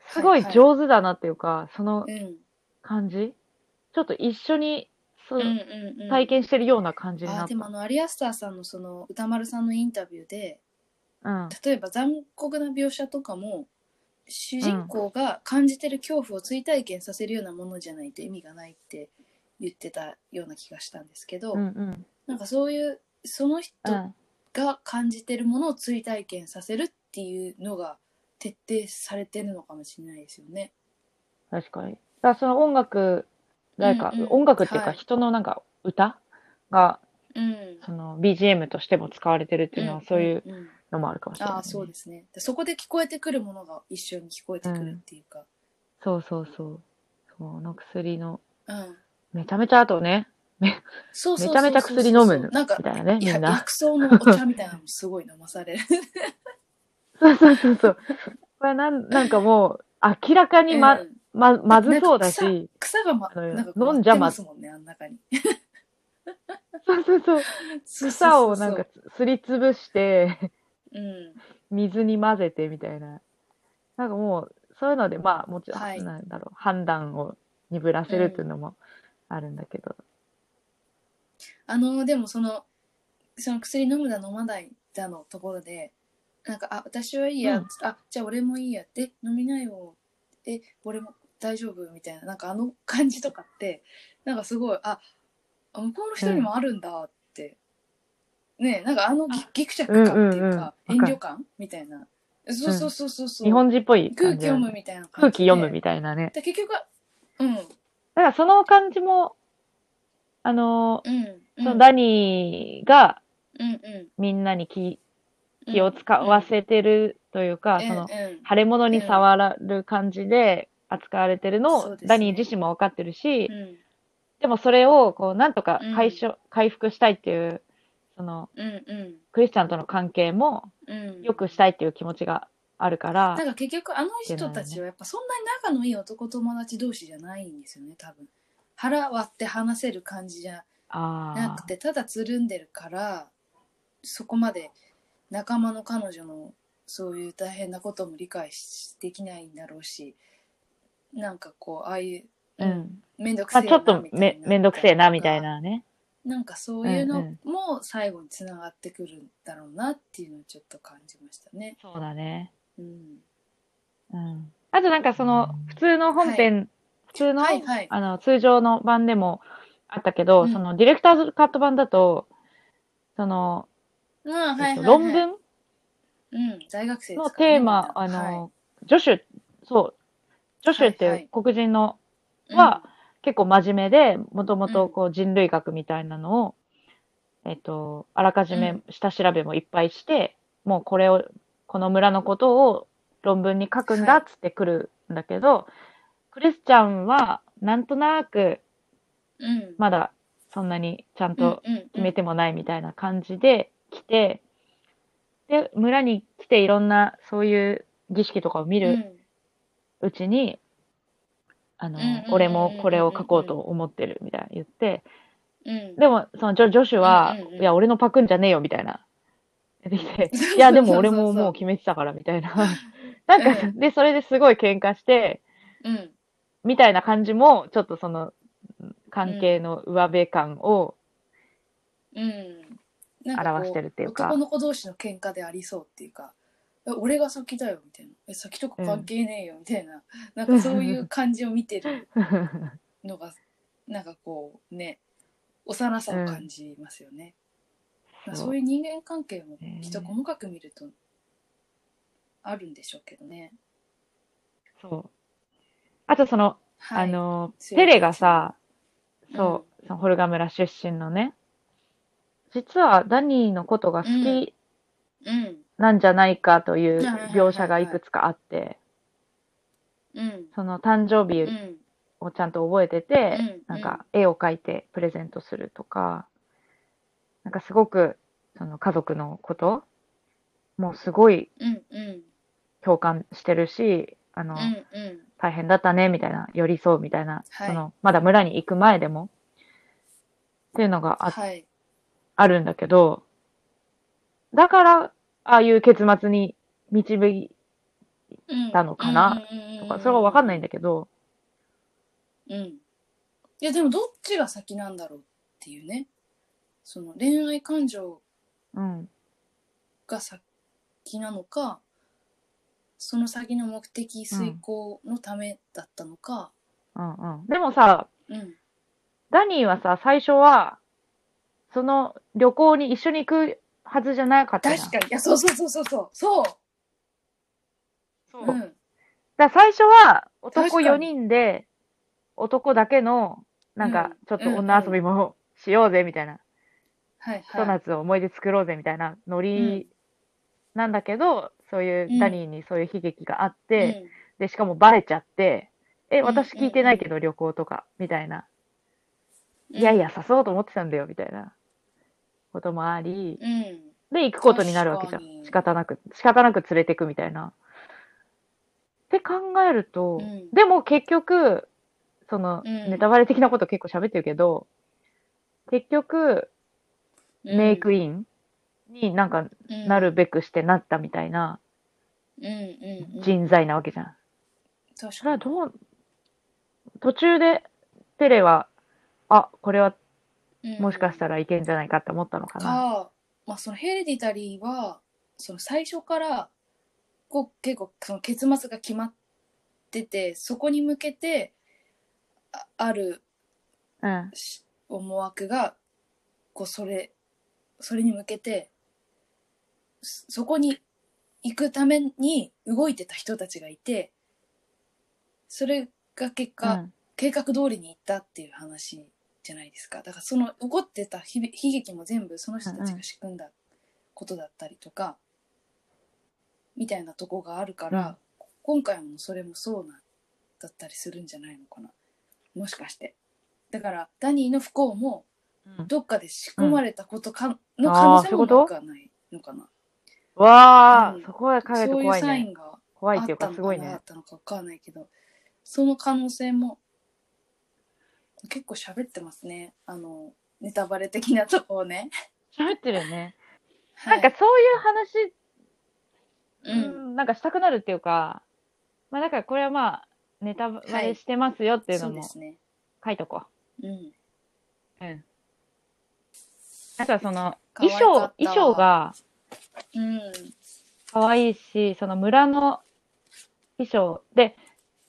Speaker 2: すごい
Speaker 3: はい
Speaker 2: 上手だなっていうか、その
Speaker 3: うん。
Speaker 2: 感じちょっと一緒に、そう
Speaker 3: うんうんうん。
Speaker 2: 体験してるような感じに
Speaker 3: あ
Speaker 2: なっ
Speaker 3: ー
Speaker 2: た
Speaker 3: で。もあの有安田さんのその歌丸さんのインタビューで
Speaker 2: うん。
Speaker 3: 例えば残酷な描写とかも主人公が感じてる恐怖を追体験させるようなものじゃないと意味がないって言ってたような気がしたんですけど、
Speaker 2: うんうん。
Speaker 3: なんかそういうその人
Speaker 2: うん。
Speaker 3: が感じてるものを追体験させるっていうのが徹底されてるのかもしれないですよね。
Speaker 2: 確かに。だからその音楽、誰か、
Speaker 3: うんうん
Speaker 2: 音楽っていうか
Speaker 3: はい
Speaker 2: 人のなんか歌が、
Speaker 3: うん、
Speaker 2: その BGM としても使われてるっていうのはそういう
Speaker 3: うんうん
Speaker 2: のもあるかもしれない、
Speaker 3: ああそうですねでそこで聞こえてくるものが一緒に聞こえてくるっていうか、
Speaker 2: そうそうそう。そう、あの薬の、
Speaker 3: うん、
Speaker 2: めちゃめちゃあとね、
Speaker 3: そう
Speaker 2: め
Speaker 3: そうそうそう
Speaker 2: ちゃめちゃ薬飲む
Speaker 3: なんか
Speaker 2: みたいなね、
Speaker 3: い
Speaker 2: み
Speaker 3: や
Speaker 2: んな。
Speaker 3: 薬草のお茶みたいなのもすごい飲ま される
Speaker 2: そうそうそうそう。これなん、なんかもう、明らかにま、
Speaker 3: うん
Speaker 2: ま、まずそうだ
Speaker 3: な
Speaker 2: し、
Speaker 3: 草が、ま、
Speaker 2: あの
Speaker 3: なんか
Speaker 2: 飲んじゃま
Speaker 3: ますもんねあん中に
Speaker 2: そうそうそう。
Speaker 3: そうそう
Speaker 2: 草
Speaker 3: そう
Speaker 2: をなんかすりつぶして、
Speaker 3: うん
Speaker 2: 水に混ぜてみたいな。なんかもう、そういうので、まあ、もちろん、
Speaker 3: はい
Speaker 2: なんだろう、判断を鈍らせるっていうのもあるんだけど。
Speaker 3: あのでもそのその薬飲むだ飲まないだのところでなんかあ私はいいや、
Speaker 2: うん
Speaker 3: あじゃあ俺もいいやえ飲みなよえ俺も大丈夫みたいななんかあの感じとかってなんかすごいあ向こうの人にもあるんだって、ねえなんかあのぎぎくしゃく感っていう
Speaker 2: うんうん
Speaker 3: か、
Speaker 2: うんわかる
Speaker 3: 遠慮感みたいなそうそうそうそうそう、
Speaker 2: 日本人っぽい
Speaker 3: 空
Speaker 2: 感
Speaker 3: 気
Speaker 2: じだ
Speaker 3: 読
Speaker 2: よね、
Speaker 3: むみたいな
Speaker 2: 空気読む
Speaker 3: み
Speaker 2: みたいなね。
Speaker 3: たいな結局はうん
Speaker 2: だからその感じも、あのー、
Speaker 3: うんうん
Speaker 2: そのダニーが
Speaker 3: うんうん
Speaker 2: みんなに気
Speaker 3: うん
Speaker 2: 気を使わせてるというか、
Speaker 3: うん
Speaker 2: その
Speaker 3: うん
Speaker 2: 腫れ物に触る感じで、扱われてるの
Speaker 3: そう
Speaker 2: を
Speaker 3: ですね
Speaker 2: ダニー自身も分かってるし、
Speaker 3: うん
Speaker 2: でもそれをこうなんとか
Speaker 3: うん
Speaker 2: 解消、回復したいっていうその
Speaker 3: うんうん
Speaker 2: クリスチャンとの関係も
Speaker 3: うん、
Speaker 2: 良くしたいっていう気持ちがあるから
Speaker 3: だ、から結局あの人たちはやっぱそんなに仲のいい男友達同士じゃないんですよね多分腹割って話せる感じじゃな
Speaker 2: あ
Speaker 3: くてただつるんでるからそこまで仲間の彼女のそういう大変なことも理解しできないんだろうしなんかこうああいう
Speaker 2: あ、うん。
Speaker 3: 面倒く
Speaker 2: まあ
Speaker 3: せえ
Speaker 2: ちょっ
Speaker 3: な
Speaker 2: と
Speaker 3: みたいな
Speaker 2: め、めんどくせえな、みたいなね。
Speaker 3: なんかそういう
Speaker 2: うんう
Speaker 3: の
Speaker 2: ん
Speaker 3: も最後につながってくるんだろうなっていうのをちょっと感じましたね。
Speaker 2: そうだね。
Speaker 3: うん、
Speaker 2: うん。あとなんかその、普通の本編、普通の、
Speaker 3: はいはい
Speaker 2: あの、通常の版でもあったけど、
Speaker 3: うん
Speaker 2: その、ディレクターズカット版だと、その、
Speaker 3: うんはいはい
Speaker 2: えっ
Speaker 3: は
Speaker 2: と
Speaker 3: い
Speaker 2: 論文
Speaker 3: うん、大学生で
Speaker 2: の
Speaker 3: すからね
Speaker 2: テーマ、
Speaker 3: ま
Speaker 2: あ
Speaker 3: だ
Speaker 2: の、ジョシュ、そう、ジョシュっ
Speaker 3: はいは
Speaker 2: て
Speaker 3: い
Speaker 2: 黒人の
Speaker 3: い
Speaker 2: は結構真面目で、もとも
Speaker 3: う
Speaker 2: と
Speaker 3: ん
Speaker 2: こう人類学みたいなのを、えっと、あらかじ
Speaker 3: う
Speaker 2: め
Speaker 3: ん
Speaker 2: 下調べもいっぱいして、もうこれを、この村のことを論文に書くんだ
Speaker 3: はい
Speaker 2: っつってくるんだけど、クリスチャンはなんとなく
Speaker 3: うんうん
Speaker 2: まだそんなにちゃんと
Speaker 3: うんうんうん
Speaker 2: 決めてもないみたいな感じで来て、で、村に来ていろんなそういう儀式とかを見るうちに、あの
Speaker 3: うんうんうんうんう、ん
Speaker 2: 俺もこれを書こうと思ってるみたいな言って、
Speaker 3: うんうん
Speaker 2: でも、そのジョ、ジョシュは、
Speaker 3: うんうんうん
Speaker 2: いや、俺のパクんじゃねえよ、みたいな。出てき て、いや、でも俺
Speaker 3: そうそ
Speaker 2: も
Speaker 3: うそう
Speaker 2: もう決めてたから、みたいな。 なんか、
Speaker 3: う
Speaker 2: で、それですごい喧嘩して、
Speaker 3: うん
Speaker 2: みたいな感じも、ちょっとその、関係の上辺感を
Speaker 3: うんなんかこう
Speaker 2: 表してるっていうか。
Speaker 3: 男の子同士の喧嘩でありそうっていうかえ俺が先だよみたいなえ先とか関係ねえよみたいな、なんかそういう感じを見てるのがなんかこうね幼さを感じますよね、 なんかそういう人間関係も
Speaker 2: ね
Speaker 3: きっと細かく見るとあるんでしょうけどね、
Speaker 2: そう。あと、その、
Speaker 3: はい、
Speaker 2: あの、
Speaker 3: 強い
Speaker 2: ペレがさ、
Speaker 3: うん
Speaker 2: そう、そのホルガ村出身のね、実はダニーのことが好
Speaker 3: うん
Speaker 2: き
Speaker 3: うん
Speaker 2: なんじゃないかという
Speaker 3: はいはいはいはい
Speaker 2: 描写がいくつかあって、
Speaker 3: うん
Speaker 2: その誕生
Speaker 3: う
Speaker 2: 日
Speaker 3: ん
Speaker 2: をちゃんと覚えてて
Speaker 3: うん、
Speaker 2: なんか絵を描いてプレゼントするとか、なんかすごくその家族のこともうすごい
Speaker 3: うんうん
Speaker 2: 共感してるし、あの、
Speaker 3: うんうん
Speaker 2: 大変だったねみたいな、寄り添うみたいな、
Speaker 3: はい
Speaker 2: そのまだ村に行く前でもっていうのがあ,、
Speaker 3: はい
Speaker 2: あるんだけど、だからああいう結末に導いたのかなとか、それは分かんないんだけど、
Speaker 3: うんいやでもどっちが先なんだろうっていうねその恋愛感情
Speaker 2: うん、
Speaker 3: が先なのかその先の目的遂行のためだったのか、
Speaker 2: うん、うん。でもさ、
Speaker 3: うん
Speaker 2: ダニーはさ、最初は、その旅行に一緒に行くはずじゃなかったじゃん。
Speaker 3: 確かにいやそうそうそうそうそうそう
Speaker 2: そう
Speaker 3: うん
Speaker 2: だから最初は男
Speaker 3: 確か
Speaker 2: 4
Speaker 3: に
Speaker 2: 人で男だけのなんか
Speaker 3: うん
Speaker 2: ちょっと女遊びもしようぜみたいな、
Speaker 3: はい
Speaker 2: ひと
Speaker 3: はい
Speaker 2: 夏を思い出作ろうぜみたいなノリなんだけど、そういうダニーにそういう悲劇があって、でしかもバレちゃってえ
Speaker 3: ん
Speaker 2: 私聞いてないけど旅行とかみたいな、
Speaker 3: うん
Speaker 2: いやいや誘おうと思ってたんだよみたいなこともあり
Speaker 3: うんうん
Speaker 2: で行くことになるわけじゃ
Speaker 3: 確か
Speaker 2: ん
Speaker 3: に
Speaker 2: 仕方なく仕方なく連れてくみたいなって考えると、
Speaker 3: うん
Speaker 2: でも結局、その、
Speaker 3: うん
Speaker 2: ネタバレ的なこと結構喋ってるけど、結局、
Speaker 3: うん
Speaker 2: メイクインになんかなるべくしてなったみたいな
Speaker 3: うんうんうん
Speaker 2: 人材なわけじゃん。
Speaker 3: 確
Speaker 2: それ
Speaker 3: か
Speaker 2: は
Speaker 3: に
Speaker 2: どう、途中でペレは、あ、これはもしかした
Speaker 3: ら
Speaker 2: らいけんじゃないかって思ったのかな。
Speaker 3: か、まあ、そのヘレディタリーはその最初からこう結構その結末が決まっててそこに向けてあある
Speaker 2: うん。
Speaker 3: し思惑がこうそれそれに向けてそそこに行くために動いてた人たちがいてそれが結
Speaker 2: う
Speaker 3: 果、
Speaker 2: ん。
Speaker 3: 計画通りに行ったっていう話じゃないですかだからその起こってた悲悲劇も全部その人たちが仕組んだことだったりとか、みたいなとこがあるから、今回もそれもそうなだったりするんじゃないのかなもしかしてだからダニーの不幸も
Speaker 2: うん
Speaker 3: どっかで仕込まれたことか、の
Speaker 2: あー
Speaker 3: 可能性
Speaker 2: そうい
Speaker 3: も
Speaker 2: うこと
Speaker 3: なくはないのかな
Speaker 2: わあ、
Speaker 3: うん
Speaker 2: そこは考えると
Speaker 3: そういう
Speaker 2: 怖い
Speaker 3: サイ
Speaker 2: ね。
Speaker 3: ンが
Speaker 2: 怖い
Speaker 3: あ
Speaker 2: っ
Speaker 3: って
Speaker 2: い
Speaker 3: た
Speaker 2: うか、
Speaker 3: の
Speaker 2: す
Speaker 3: か
Speaker 2: ごい
Speaker 3: なか
Speaker 2: ね
Speaker 3: っ。たのかわかんないけどその可能性も結構喋ってますねあのネタバレ的なとこをね、
Speaker 2: 喋ってるよね。
Speaker 3: は、
Speaker 2: ないんかそういう
Speaker 3: う
Speaker 2: 話、うんん、なんかしたくなるっていうか、まあだからこれはまあ、ネタバレしてますよっていう
Speaker 3: そ
Speaker 2: の
Speaker 3: うで
Speaker 2: も
Speaker 3: すね
Speaker 2: 書いとこ
Speaker 3: うん
Speaker 2: う。うん。あとはその、
Speaker 3: 可愛
Speaker 2: 衣
Speaker 3: かった
Speaker 2: 装、衣装が
Speaker 3: うん
Speaker 2: 可愛いし、その村の衣装で、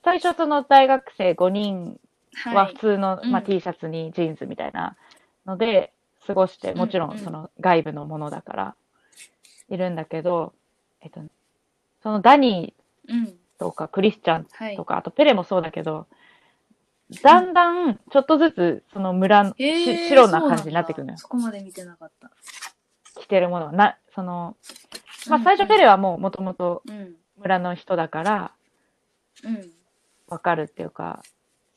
Speaker 2: 最初その大学生5人は
Speaker 3: は
Speaker 2: 普
Speaker 3: い
Speaker 2: 通の、まあ、
Speaker 3: うん
Speaker 2: T シャツにジーンズみたいなので過ごして、
Speaker 3: うん
Speaker 2: もちろ
Speaker 3: うんん
Speaker 2: その外部のものだからいるんだけど、えっと、そのダニ
Speaker 3: うん
Speaker 2: ーとかクリスチャン
Speaker 3: はい
Speaker 2: とか、あとペレもそうだけど、だんだんちょっとずつその村の、
Speaker 3: えー
Speaker 2: し白な感じになってくるのよ
Speaker 3: そうなんだそこまで見てなかった
Speaker 2: 着てるものがな、その、まあ最初ペレ
Speaker 3: は
Speaker 2: はもうもともと
Speaker 3: うん
Speaker 2: 村の人だから
Speaker 3: うん
Speaker 2: わかるっていうか、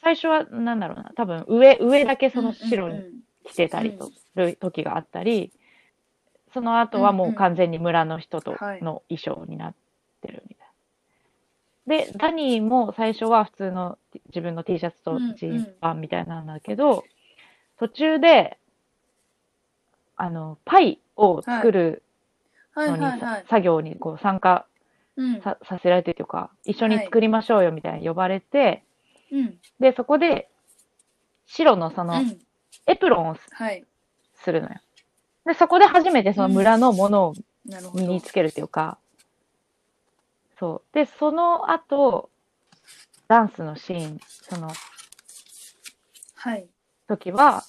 Speaker 2: 最初はなんだろうな、多分上、上だけその白に
Speaker 3: うんうんうん
Speaker 2: 来てたりとる時があったり、その後はもう完全に村の人と
Speaker 3: はい
Speaker 2: の衣装になってるみたいな。で、ダニーも最初は普通の自分の T シャツとジーンズパンみたいなんだけど、途中で、あの、パイを作る
Speaker 3: はい
Speaker 2: のにさ、
Speaker 3: はいはい
Speaker 2: 作業にこう参加
Speaker 3: うん
Speaker 2: ささせられてというか、一緒に作りましょうよみたいに呼ばれて、
Speaker 3: うん
Speaker 2: で、そこで、白のそうの
Speaker 3: ん
Speaker 2: エプロンを
Speaker 3: はい
Speaker 2: するのよ。で、そこで初めてその村のものを
Speaker 3: なるほど
Speaker 2: 身につけるというか、そう。で、その後、ダンスのシーン、その
Speaker 3: はい
Speaker 2: 時は、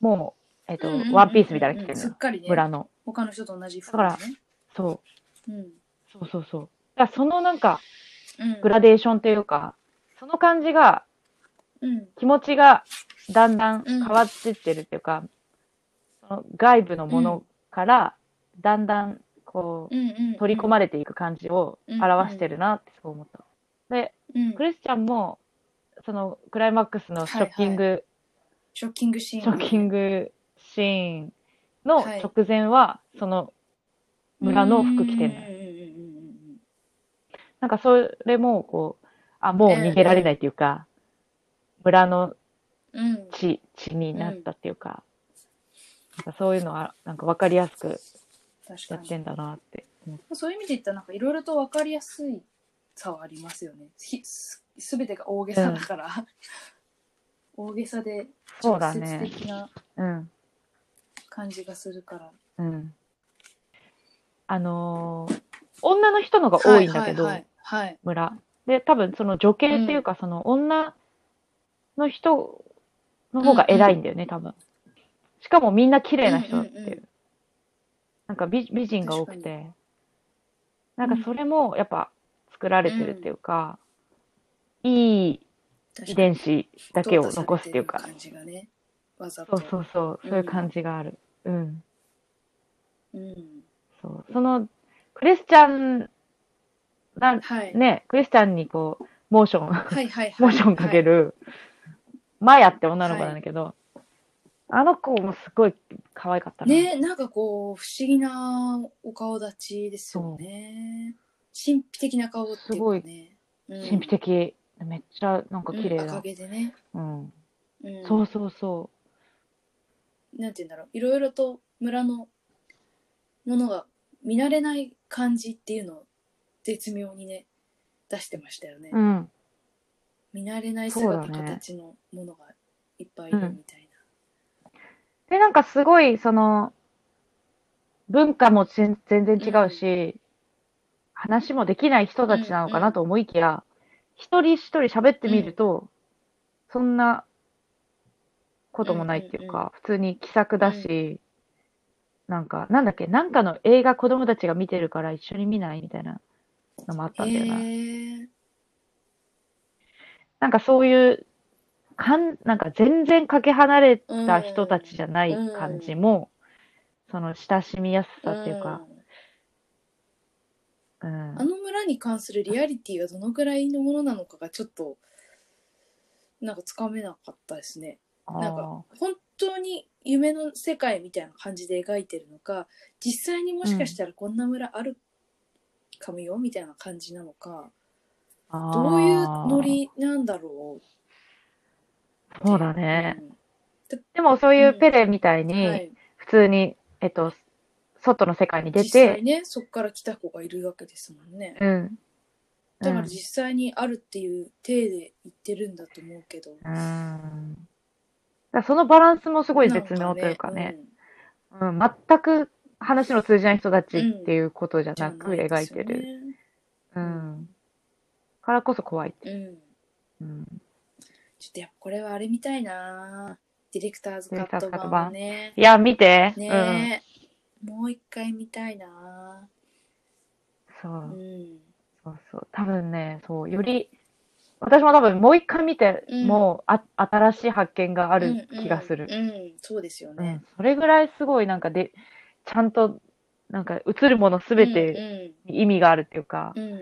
Speaker 2: もう、えっと、ワンピースみたいなの着てるの
Speaker 3: すっ
Speaker 2: よ。
Speaker 3: かりね
Speaker 2: 村の。
Speaker 3: 他の人と同じ服
Speaker 2: だか
Speaker 3: ね
Speaker 2: そう。
Speaker 3: うん
Speaker 2: そうそうそう。だからそのなんか、
Speaker 3: うん
Speaker 2: グラデーションというか、その感じが、
Speaker 3: うん
Speaker 2: 気持ちがだんだん変わってってるっていうか、その外部のものから、だんだん、こう、
Speaker 3: うんうん
Speaker 2: 取り込まれていく感じを表してるなってそう思った。で、
Speaker 3: うん
Speaker 2: クリスチャンも、そのクライマックスのショッキング、
Speaker 3: ショッキングシーン
Speaker 2: ショッキングシーンの
Speaker 3: はい
Speaker 2: 直前は、その村の服着て
Speaker 3: うん
Speaker 2: ない。
Speaker 3: うんうんうんうん
Speaker 2: なんかそれも、こう、あ、もう逃げられないっていうか、村の
Speaker 3: うんうん
Speaker 2: 地、地になったっていうか、なんかそういうのは、なんかわかりやすくやっ
Speaker 3: 確か
Speaker 2: てんだなって思っ
Speaker 3: にそういう意味で言ったらなんかいろいろと分かりやすいさはありますよねひす全てが大げさだから、 大げさで
Speaker 2: た。そう
Speaker 3: 直
Speaker 2: だ
Speaker 3: 接
Speaker 2: ね。
Speaker 3: 的な
Speaker 2: うん。
Speaker 3: 感じがするから、
Speaker 2: うんあのー女の人のが多いんだけど、
Speaker 3: はいはいはい、はい
Speaker 2: 村。で、多分その女系っていうか、その女の人の方が偉いんだよね、多分。しかもみんな綺麗な人だっていう。
Speaker 3: うんうんうん
Speaker 2: なんか美美人が多く
Speaker 3: 確
Speaker 2: て。なんかそれもやっぱ作られてるっていうか、いい遺
Speaker 3: 確かに
Speaker 2: 伝子だけを残すっていうか
Speaker 3: 淘汰され、る感じがねわざ
Speaker 2: そ
Speaker 3: と
Speaker 2: うそうそう、そういう感じがある。うん
Speaker 3: うん
Speaker 2: そう。その、クリスチャン、な、
Speaker 3: はい、
Speaker 2: ね、クリスチャンにこう、モーション、
Speaker 3: はいはいはい
Speaker 2: モーションかける、
Speaker 3: る、
Speaker 2: マヤって女の子なんだけど、あの子もすごい可愛かった
Speaker 3: はい
Speaker 2: な。
Speaker 3: ねなんかこう不思議なお顔立ちですよね神秘的な顔っていうかねうん
Speaker 2: 神秘的。めっちゃなんか綺麗
Speaker 3: うん、
Speaker 2: な
Speaker 3: 赤。毛でね、
Speaker 2: うん。
Speaker 3: うん、
Speaker 2: そうそうそ
Speaker 3: なんて言うんだろういろいろと村のものが見慣れない感じっていうのを絶妙にね出してましたよね、
Speaker 2: う。うん。
Speaker 3: 見慣れない
Speaker 2: そ
Speaker 3: 姿、
Speaker 2: うだね
Speaker 3: 形のものがいっぱいいるみたい
Speaker 2: で、なんかすごい、その、文化も全全然違うし、話もできない人たちなのかなと思いきや、一人一人喋ってみると、そんなこともないっていう
Speaker 3: うんうん
Speaker 2: か、普通に気さくだし、なんか、なんだっけ、なんかの映画子供たちが見てるから一緒に見ないみたいなのもあった
Speaker 3: な、
Speaker 2: んだよな。
Speaker 3: へえ
Speaker 2: なんかそういう、かん、なんか全然かけ離れた人たちじゃない感じも、その親しみやすさっていうか、うん
Speaker 3: あの村に関するリアリティはどのくらいのものなのかがちょっとなんかつかめなかったですね。なんか本当に夢の世界みたいな感じで描いてるのか実際にもしかしたらこんな村あるかもよみたいな感じなのか
Speaker 2: あー
Speaker 3: どういうノリなんだろ
Speaker 2: あ
Speaker 3: う
Speaker 2: ーそうだね。、でもそういうペレみたい
Speaker 3: うんは
Speaker 2: に、
Speaker 3: い、
Speaker 2: 普通に、えっと、外の世界に出
Speaker 3: 実際
Speaker 2: て、
Speaker 3: ねそこから来た子がいるわけですもんね。
Speaker 2: うん。
Speaker 3: だから
Speaker 2: うん
Speaker 3: 実際にあるっていう体で言ってるんだと思うけど。
Speaker 2: うん。だからそのバランスもすごい絶妙というか
Speaker 3: なん
Speaker 2: ね、うん、全く話の通じない人たちっていうことじゃ
Speaker 3: じゃ
Speaker 2: なく描いてる。う
Speaker 3: よね
Speaker 2: ん。からこそ怖い。
Speaker 3: ないですよね。うん。
Speaker 2: うん。
Speaker 3: ちょっとやっぱこれはあれみたいなディレクターズカット版をね。
Speaker 2: いや、見て。うん。
Speaker 3: ねえ、もう一回見たいな
Speaker 2: そうう、
Speaker 3: ん。
Speaker 2: そうそう。多分ね、そう、より、私も多分もう一回見て
Speaker 3: うん
Speaker 2: も、あ、新しい発見があ
Speaker 3: あ
Speaker 2: る気がする。
Speaker 3: うん、うんそうですよ
Speaker 2: う
Speaker 3: ね
Speaker 2: ん。。それぐらいすごい、なんかで、ちゃんと、なんか映るものすべてに意味があるっていうか
Speaker 3: う、ん、うんうん。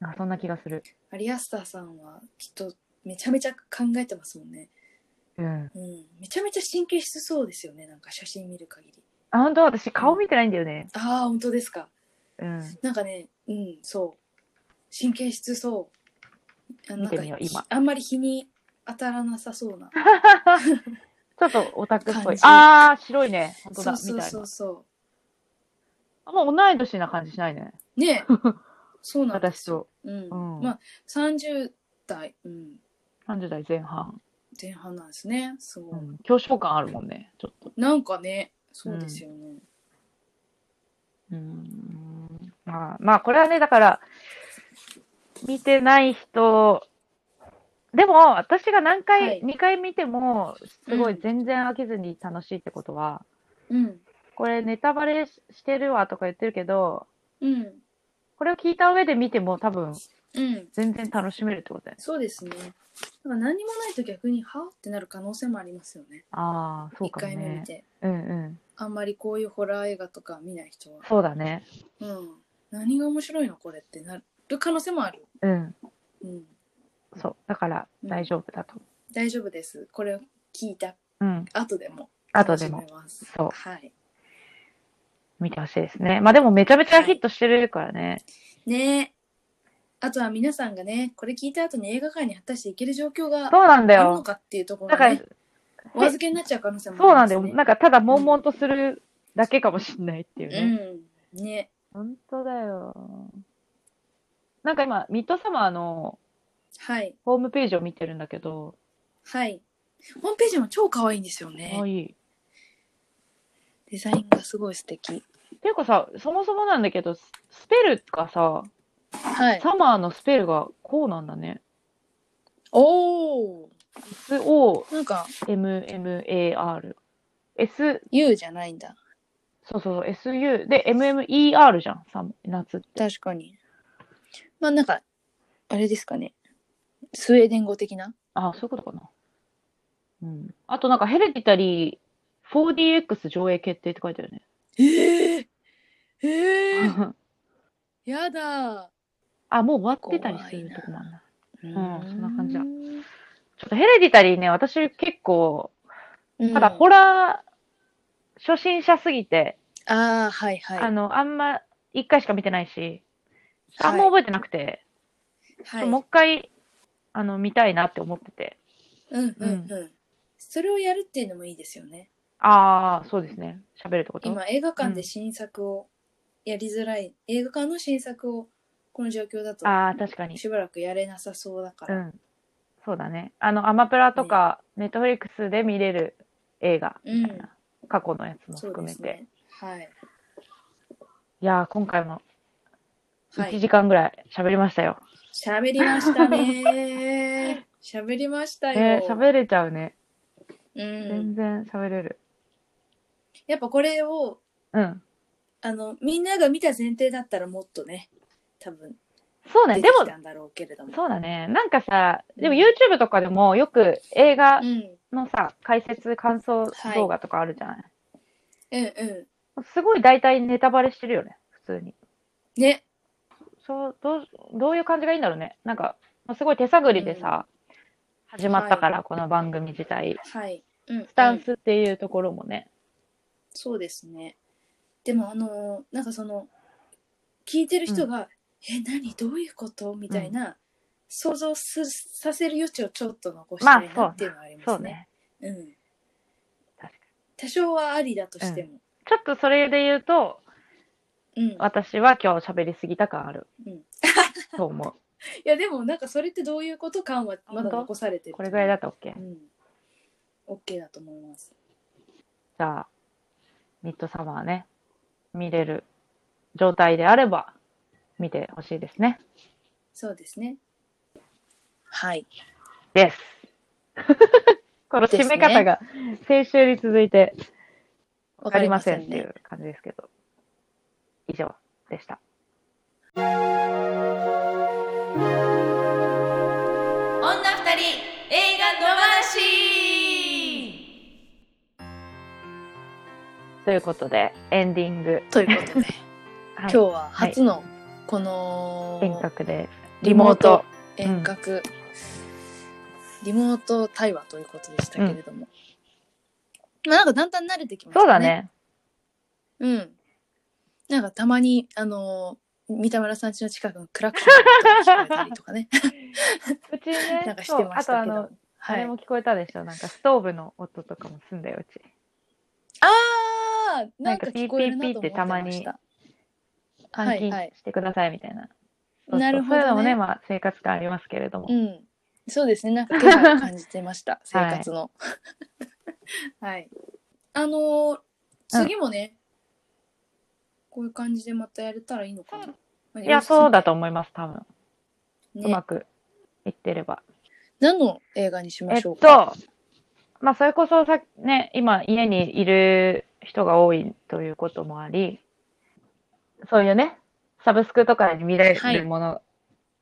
Speaker 2: なんかそんな気がする。
Speaker 3: アリアスターさんはきっとめちゃめちゃ考えてますもんね。
Speaker 2: うん。
Speaker 3: うん。めちゃめちゃ神経質そうですよね。なんか写真見る限り。
Speaker 2: あ、本当私顔見てないんだよね。
Speaker 3: ああ、本当ですか。
Speaker 2: うん。
Speaker 3: なんかね、うん、そう。神経質そう。あなん
Speaker 2: 見
Speaker 3: か
Speaker 2: てみよう今
Speaker 3: あんまり日に当たらなさそうな。
Speaker 2: ちょっとオタクっぽ
Speaker 3: 感
Speaker 2: い
Speaker 3: じ。
Speaker 2: あー、白いね。本当
Speaker 3: そ
Speaker 2: だ
Speaker 3: う、そ
Speaker 2: み
Speaker 3: う
Speaker 2: たい
Speaker 3: そ
Speaker 2: な
Speaker 3: う。そ
Speaker 2: あんま同い年な感じしないね。
Speaker 3: う。ねえ そうなんです
Speaker 2: 私
Speaker 3: よ。
Speaker 2: と
Speaker 3: うん。
Speaker 2: うん
Speaker 3: まあ、30代、うん、
Speaker 2: 30代前半。
Speaker 3: 前半なんですね。すごい。
Speaker 2: うん。強調感あるもんね。ちょっと。
Speaker 3: なんかね、そうですよね。
Speaker 2: うん。まあ、まあ、これはね、だから、見てない人、でも、私が何
Speaker 3: は
Speaker 2: 回、
Speaker 3: い
Speaker 2: 二2回見ても、すご
Speaker 3: う
Speaker 2: い
Speaker 3: ん
Speaker 2: 全然飽きずに楽しいってことは、
Speaker 3: うん。
Speaker 2: これネタバレししてるわとか言ってるけど、
Speaker 3: うん。
Speaker 2: これを聞いた上で見ても多分、
Speaker 3: うん。
Speaker 2: 全然楽しめるってことだよね。
Speaker 3: そうですね。だから何もないと逆に、はってなる可能性もありますよね。
Speaker 2: ああ、そう
Speaker 3: 一
Speaker 2: かも
Speaker 3: 回目見
Speaker 2: ね。
Speaker 3: て。
Speaker 2: うんうん。
Speaker 3: あんまりこういうホラー映画とか見ない人は。
Speaker 2: そうだね。
Speaker 3: うん。何が面白いのこれってなる可能性もある。
Speaker 2: うん。
Speaker 3: うん。
Speaker 2: そう。だから、大丈夫だと。
Speaker 3: 大丈夫です。これを聞いた
Speaker 2: うん。
Speaker 3: 後でも。
Speaker 2: 後でも
Speaker 3: 楽しめます。
Speaker 2: そう
Speaker 3: はい。
Speaker 2: 見てほしいですね。まあでもめちゃめちゃヒットしてるからね。
Speaker 3: ねえ。あとは皆さんがね、これ聞いた後に映画館に果たして行ける状況が
Speaker 2: そうなんだ
Speaker 3: あるの
Speaker 2: よ。
Speaker 3: かっていうところ
Speaker 2: だ
Speaker 3: が、
Speaker 2: から
Speaker 3: ね、、お預けになっちゃう可能性も
Speaker 2: そう
Speaker 3: あ
Speaker 2: なんだ
Speaker 3: り
Speaker 2: よ。
Speaker 3: ますね。
Speaker 2: なんかただ悶々とするだけかもしんないっていうね。
Speaker 3: うん。ね。
Speaker 2: 本当だよ。なんか今、ミッドサマーの
Speaker 3: はい。
Speaker 2: ホームページを見てるんだけど、
Speaker 3: はい。ホームページも超可愛いんですよ
Speaker 2: 可愛
Speaker 3: ね。
Speaker 2: いい。
Speaker 3: デザインがすごい素敵。
Speaker 2: っていうかさ、そもそもなんだけど、ススペルがさ、
Speaker 3: はい。
Speaker 2: サマーのスペルがこうなんだね。
Speaker 3: おー。なんか、
Speaker 2: SOMMAR。S、
Speaker 3: U じゃないんだ。
Speaker 2: そうそうそう、SU で MMER じゃん、サム夏って。
Speaker 3: 確かに。まあなんか、あれですかね。スウェーデン語的な
Speaker 2: あ、そういうことかな。うん。あとなんかヘレディタリー 4DX 上映決定って書いてあるね。
Speaker 3: ええええやだ
Speaker 2: あ、もう終わってたりするとこもあるな。
Speaker 3: うん
Speaker 2: そんな感じだ
Speaker 3: だ。
Speaker 2: ちょっとヘレディタリーね、私結構、ただホ
Speaker 3: ら、
Speaker 2: ラー初心者すぎて、
Speaker 3: ああ、はいはい。
Speaker 2: あの、あんま一回しか見てないし、
Speaker 3: はい
Speaker 2: あんま覚えてなくて、
Speaker 3: はい、
Speaker 2: もう一回、あの、見たいなって思ってて。
Speaker 3: うんうんうん。それをやるっていうのもいいですよね。
Speaker 2: ああ、そうですね。喋るってこと
Speaker 3: 今映画館で新作をやりづらい、映画館の新作をこの状況だと
Speaker 2: ああ、確かに。
Speaker 3: しばらくやれなさそうだか
Speaker 2: う
Speaker 3: ら。
Speaker 2: ん。そうだね。あの、アマプラとか、ネットフリックスで見れる映画みたいな、過去のやつも
Speaker 3: そう
Speaker 2: 含
Speaker 3: で
Speaker 2: め
Speaker 3: す
Speaker 2: て。
Speaker 3: ね。はい。
Speaker 2: いやー、今回も
Speaker 3: は
Speaker 2: 1
Speaker 3: い。
Speaker 2: 時間ぐらい喋りましたよ。
Speaker 3: 喋りまし たね。喋りました
Speaker 2: えー
Speaker 3: よ。
Speaker 2: 喋れちゃうね。
Speaker 3: うん。
Speaker 2: 全然喋れる。
Speaker 3: やっぱこれを、
Speaker 2: うん。
Speaker 3: あの、みんなが見た前提だったらもっとね、多分
Speaker 2: そう
Speaker 3: 出
Speaker 2: ね。で
Speaker 3: てき
Speaker 2: も、
Speaker 3: たんだろうけれども。
Speaker 2: そうだね。なんかさ、でも YouTube とかでもよく映画
Speaker 3: うん。うん
Speaker 2: のさ、解説、感想動画とかあるじゃない、
Speaker 3: うん。
Speaker 2: すごい大体ネタバレしてるよね。普通に。
Speaker 3: ね。
Speaker 2: そうどう、どういう感じがいいんだろうね。なんか、すごい手探りでさ、始まったから、この番組自体。
Speaker 3: はい。うん、
Speaker 2: スタン
Speaker 3: うん
Speaker 2: スっていうところもね。
Speaker 3: そうですね。でも、あのーなんかその、聞いてる人が、え、何どういうことみたいな、想像すさせる余地をちょっと残したい
Speaker 2: まあ
Speaker 3: な
Speaker 2: そう
Speaker 3: っていうのはありま
Speaker 2: そう
Speaker 3: すね。
Speaker 2: ね。
Speaker 3: うん。
Speaker 2: 確かに
Speaker 3: 多少はありだとしても。
Speaker 2: ちょっとそれで言うと、
Speaker 3: うん。い
Speaker 2: 私は今日喋りすぎた感ある。
Speaker 3: うん
Speaker 2: と思
Speaker 3: や、でも、なんかそれってどういうこと感はまだ
Speaker 2: 本当
Speaker 3: 残されて
Speaker 2: う。
Speaker 3: る。
Speaker 2: これぐらいだったら OK
Speaker 3: う。ん。OK だと思います。
Speaker 2: じゃあ、ミッドサマーね、見れる状態であれば、見てほしいですね。
Speaker 3: そうですね。はい。
Speaker 2: です。 この締め方が、先週に続いて、
Speaker 3: わ
Speaker 2: わかりませんっ
Speaker 3: ね
Speaker 2: ていう感じですけど。以上でした。
Speaker 1: 女二人映画の話
Speaker 2: ということで、エンディング。
Speaker 3: ということ
Speaker 2: は
Speaker 3: で、
Speaker 2: い、
Speaker 3: 今日は初の、この、
Speaker 2: 遠隔で、
Speaker 3: リモート
Speaker 2: モート
Speaker 3: 遠隔、リモート対話ということでしたけれども、まあなんかだんだん慣れてきましたね
Speaker 2: そうだね。
Speaker 3: うんなんかたまにあのー三田村さん家の近くのクラクションとか聞こえたりとか ね
Speaker 2: うちね
Speaker 3: なん、かし
Speaker 2: そ
Speaker 3: て
Speaker 2: う
Speaker 3: ま
Speaker 2: あ
Speaker 3: し
Speaker 2: と
Speaker 3: た
Speaker 2: あ
Speaker 3: けど
Speaker 2: の、あ
Speaker 3: はい
Speaker 2: れも聞こえたでしょ。なんかストーブの音とかも済んだよ、うち。
Speaker 3: あーなんか聞こえるなと思って
Speaker 2: な
Speaker 3: ま
Speaker 2: んかピーピーピーっ
Speaker 3: して
Speaker 2: た
Speaker 3: た
Speaker 2: 換
Speaker 3: はいはい
Speaker 2: 気してくださいみたいな。そうそう
Speaker 3: なるほどね
Speaker 2: そういうのもね、まあ生活感ありますけれども。
Speaker 3: うんそうですねなんか気配を感じてました生
Speaker 2: はい
Speaker 3: 活の はいあのー次もね、こういう感じでまたやれたらいいのかな、まあ
Speaker 2: いや、そうだと思います、多分。う
Speaker 3: ね
Speaker 2: まくいってれば。
Speaker 3: 何の映画にしま
Speaker 2: えっ
Speaker 3: し
Speaker 2: と
Speaker 3: ょうか、、
Speaker 2: まあそれこそさ、ね、今家にいる人が多いということもあり、そういうね、サブスクとかに見れ
Speaker 3: はい
Speaker 2: るもの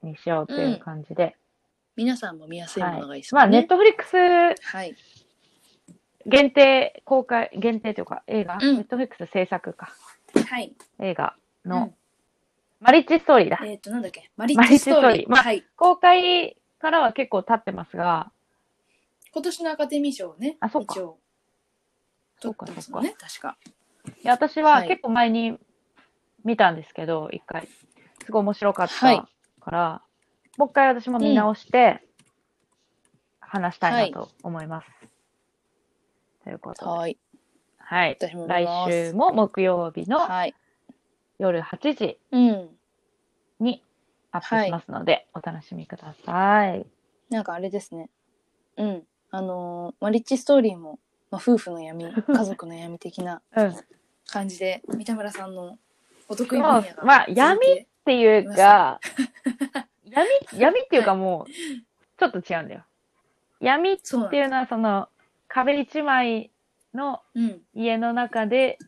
Speaker 2: にしようっていう感じで。
Speaker 3: 皆さんも見やすいものがいいです
Speaker 2: まあ
Speaker 3: ね、
Speaker 2: ネットフリックス
Speaker 3: はい
Speaker 2: 限定公開、限定というか映画、
Speaker 3: うん
Speaker 2: ネットフリックス制作か、
Speaker 3: はい
Speaker 2: 映画の、
Speaker 3: うん
Speaker 2: マリッジストーリーだ。
Speaker 3: えっ、となんだっけマリッジストーリー
Speaker 2: マリッジストーリーまあ
Speaker 3: はい
Speaker 2: 公開からは結構経ってますが、
Speaker 3: 今年のアカデミー賞をね
Speaker 2: あそっか
Speaker 3: 一応
Speaker 2: そ
Speaker 3: 取
Speaker 2: っ
Speaker 3: っ
Speaker 2: か
Speaker 3: てます
Speaker 2: そ
Speaker 3: も
Speaker 2: っ
Speaker 3: ん
Speaker 2: か
Speaker 3: ね確か
Speaker 2: いや私
Speaker 3: は
Speaker 2: はい結構前に見たんですけど、一回。すごい面白かっ
Speaker 3: はい
Speaker 2: たから、もう一回私も見直して、話したいなと思います。ということで。はい。
Speaker 3: はい私も見
Speaker 2: 来
Speaker 3: ます
Speaker 2: 週も木曜日の
Speaker 3: はい
Speaker 2: 夜8時
Speaker 3: うん
Speaker 2: にアップしますので、お楽しみください。
Speaker 3: なんかあれですね。うん。あのーマリッチストーリーも、まあ、夫婦の 闇、家族の闇的な
Speaker 2: うん。っ
Speaker 3: 感じで、三田村さんのお得意分野
Speaker 2: そ
Speaker 3: が。
Speaker 2: うまあ闇
Speaker 3: 続いて
Speaker 2: ていうか、闇、闇っていうかもう、ちょっと違うんだよ。闇っ
Speaker 3: そうなん
Speaker 2: ていうのはその、壁一枚の
Speaker 3: うん。
Speaker 2: 家の中で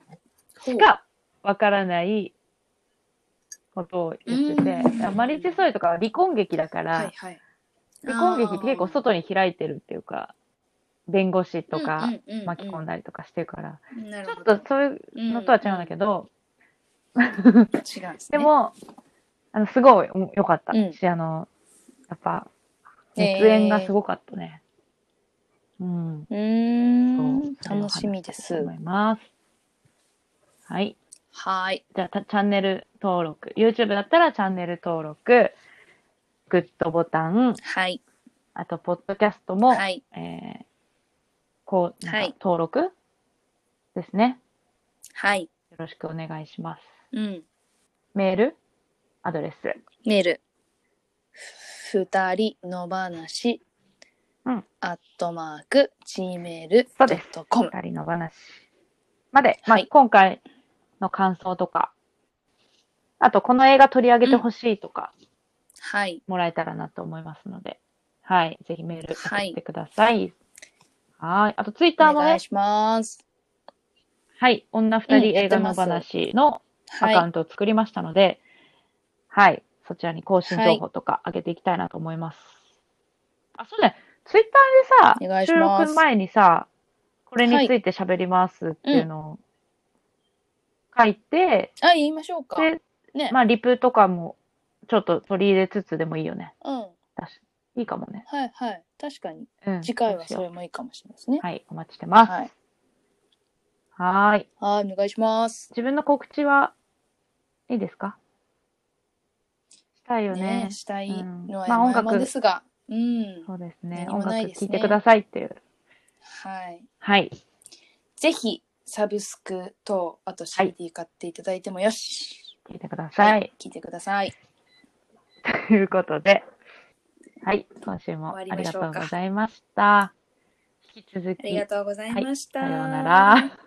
Speaker 3: ほ
Speaker 2: し
Speaker 3: う
Speaker 2: かわからないことを言ってて
Speaker 3: うん、
Speaker 2: だからマリッジストーリーとかは離婚劇だから、
Speaker 3: はいはい。
Speaker 2: 離婚劇って結構
Speaker 3: っ
Speaker 2: 外に開いてるっていうか、弁護士とか巻き込ん
Speaker 3: だ。
Speaker 2: だりとかしてるから、
Speaker 3: なる
Speaker 2: ち
Speaker 3: ほ
Speaker 2: ょっ
Speaker 3: ど
Speaker 2: とそういうのとは違うんだけど、
Speaker 3: 違うんですね。
Speaker 2: でも、あの、すごい良かった
Speaker 3: うん
Speaker 2: し、あの、やっぱ、
Speaker 3: えー
Speaker 2: 熱演がすごかったね。うん。
Speaker 3: う
Speaker 2: そ
Speaker 3: ーん
Speaker 2: う。それを
Speaker 3: 楽しみで
Speaker 2: 話したい
Speaker 3: す
Speaker 2: と。思います。はい。
Speaker 3: はーい。
Speaker 2: じゃあた、チャンネル登録。YouTube だったらチャンネル登録、グッドボタン、
Speaker 3: はい。
Speaker 2: あと、ポッドキャストも、
Speaker 3: はい。
Speaker 2: えーこう、なんか
Speaker 3: はい
Speaker 2: 登録ですね。
Speaker 3: はい。
Speaker 2: よろしくお願いします。
Speaker 3: うん。
Speaker 2: メール、アドレス。
Speaker 3: メール。二人の話。
Speaker 2: うん。
Speaker 3: アットマーク、
Speaker 2: そうです
Speaker 3: gmail.com。
Speaker 2: 二人の話まで、まあ
Speaker 3: はい
Speaker 2: 今回の感想とか、あと、この映画取り上げてほしいとか、
Speaker 3: はい。
Speaker 2: もらえたらなと思いますので、はい。ぜひメール送
Speaker 3: は
Speaker 2: っ
Speaker 3: い
Speaker 2: てください。はい。あと、ツイッター
Speaker 3: お
Speaker 2: もね
Speaker 3: 願い、します。
Speaker 2: はい、女二
Speaker 3: うん
Speaker 2: 人
Speaker 3: や
Speaker 2: 映
Speaker 3: って
Speaker 2: 画
Speaker 3: ま
Speaker 2: の
Speaker 3: す
Speaker 2: 話のアカウ
Speaker 3: は
Speaker 2: ントを作りましたので、はい、そちらに更新情報とか上げていきたいなと思います。あ、そうね、ツイッター
Speaker 3: お
Speaker 2: で
Speaker 3: 願
Speaker 2: さ、
Speaker 3: いし
Speaker 2: 収
Speaker 3: ます
Speaker 2: 録前にさ、これについて喋りますっていうのを書いて、
Speaker 3: い。あ、言いましょうか。
Speaker 2: で、
Speaker 3: ね。
Speaker 2: まあ、リプとかもちょっと取り入れつつでもいいよね。
Speaker 3: うん。は
Speaker 2: いいかもね。
Speaker 3: いはい。確かに。
Speaker 2: うん、
Speaker 3: 次回は
Speaker 2: そうしよ
Speaker 3: それもいいかもしれないですね
Speaker 2: う。。はい、お待ちしてます。
Speaker 3: はい。
Speaker 2: はーい。
Speaker 3: はい、お願いします。
Speaker 2: 自分の告知はいいですかしたいよね。
Speaker 3: ねしたい
Speaker 2: う
Speaker 3: のは
Speaker 2: んまあ
Speaker 3: 山
Speaker 2: 音
Speaker 3: 々
Speaker 2: 楽
Speaker 3: ですが。うん。
Speaker 2: そうですね。
Speaker 3: 何
Speaker 2: 音
Speaker 3: も
Speaker 2: 楽
Speaker 3: ないです
Speaker 2: 聴
Speaker 3: ね
Speaker 2: いてくださいっていう。
Speaker 3: はい。
Speaker 2: はい。
Speaker 3: ぜひ、サブスクと、あと CD 買っていただいてもよし。
Speaker 2: 聴いてください。。
Speaker 3: 聞いてください。
Speaker 2: ということで、はい。今週もあ
Speaker 3: 終
Speaker 2: り
Speaker 3: わりま
Speaker 2: が
Speaker 3: し
Speaker 2: と
Speaker 3: ょうか
Speaker 2: うございました。引き続
Speaker 3: ありが
Speaker 2: き、
Speaker 3: とうございました。
Speaker 2: さようなら。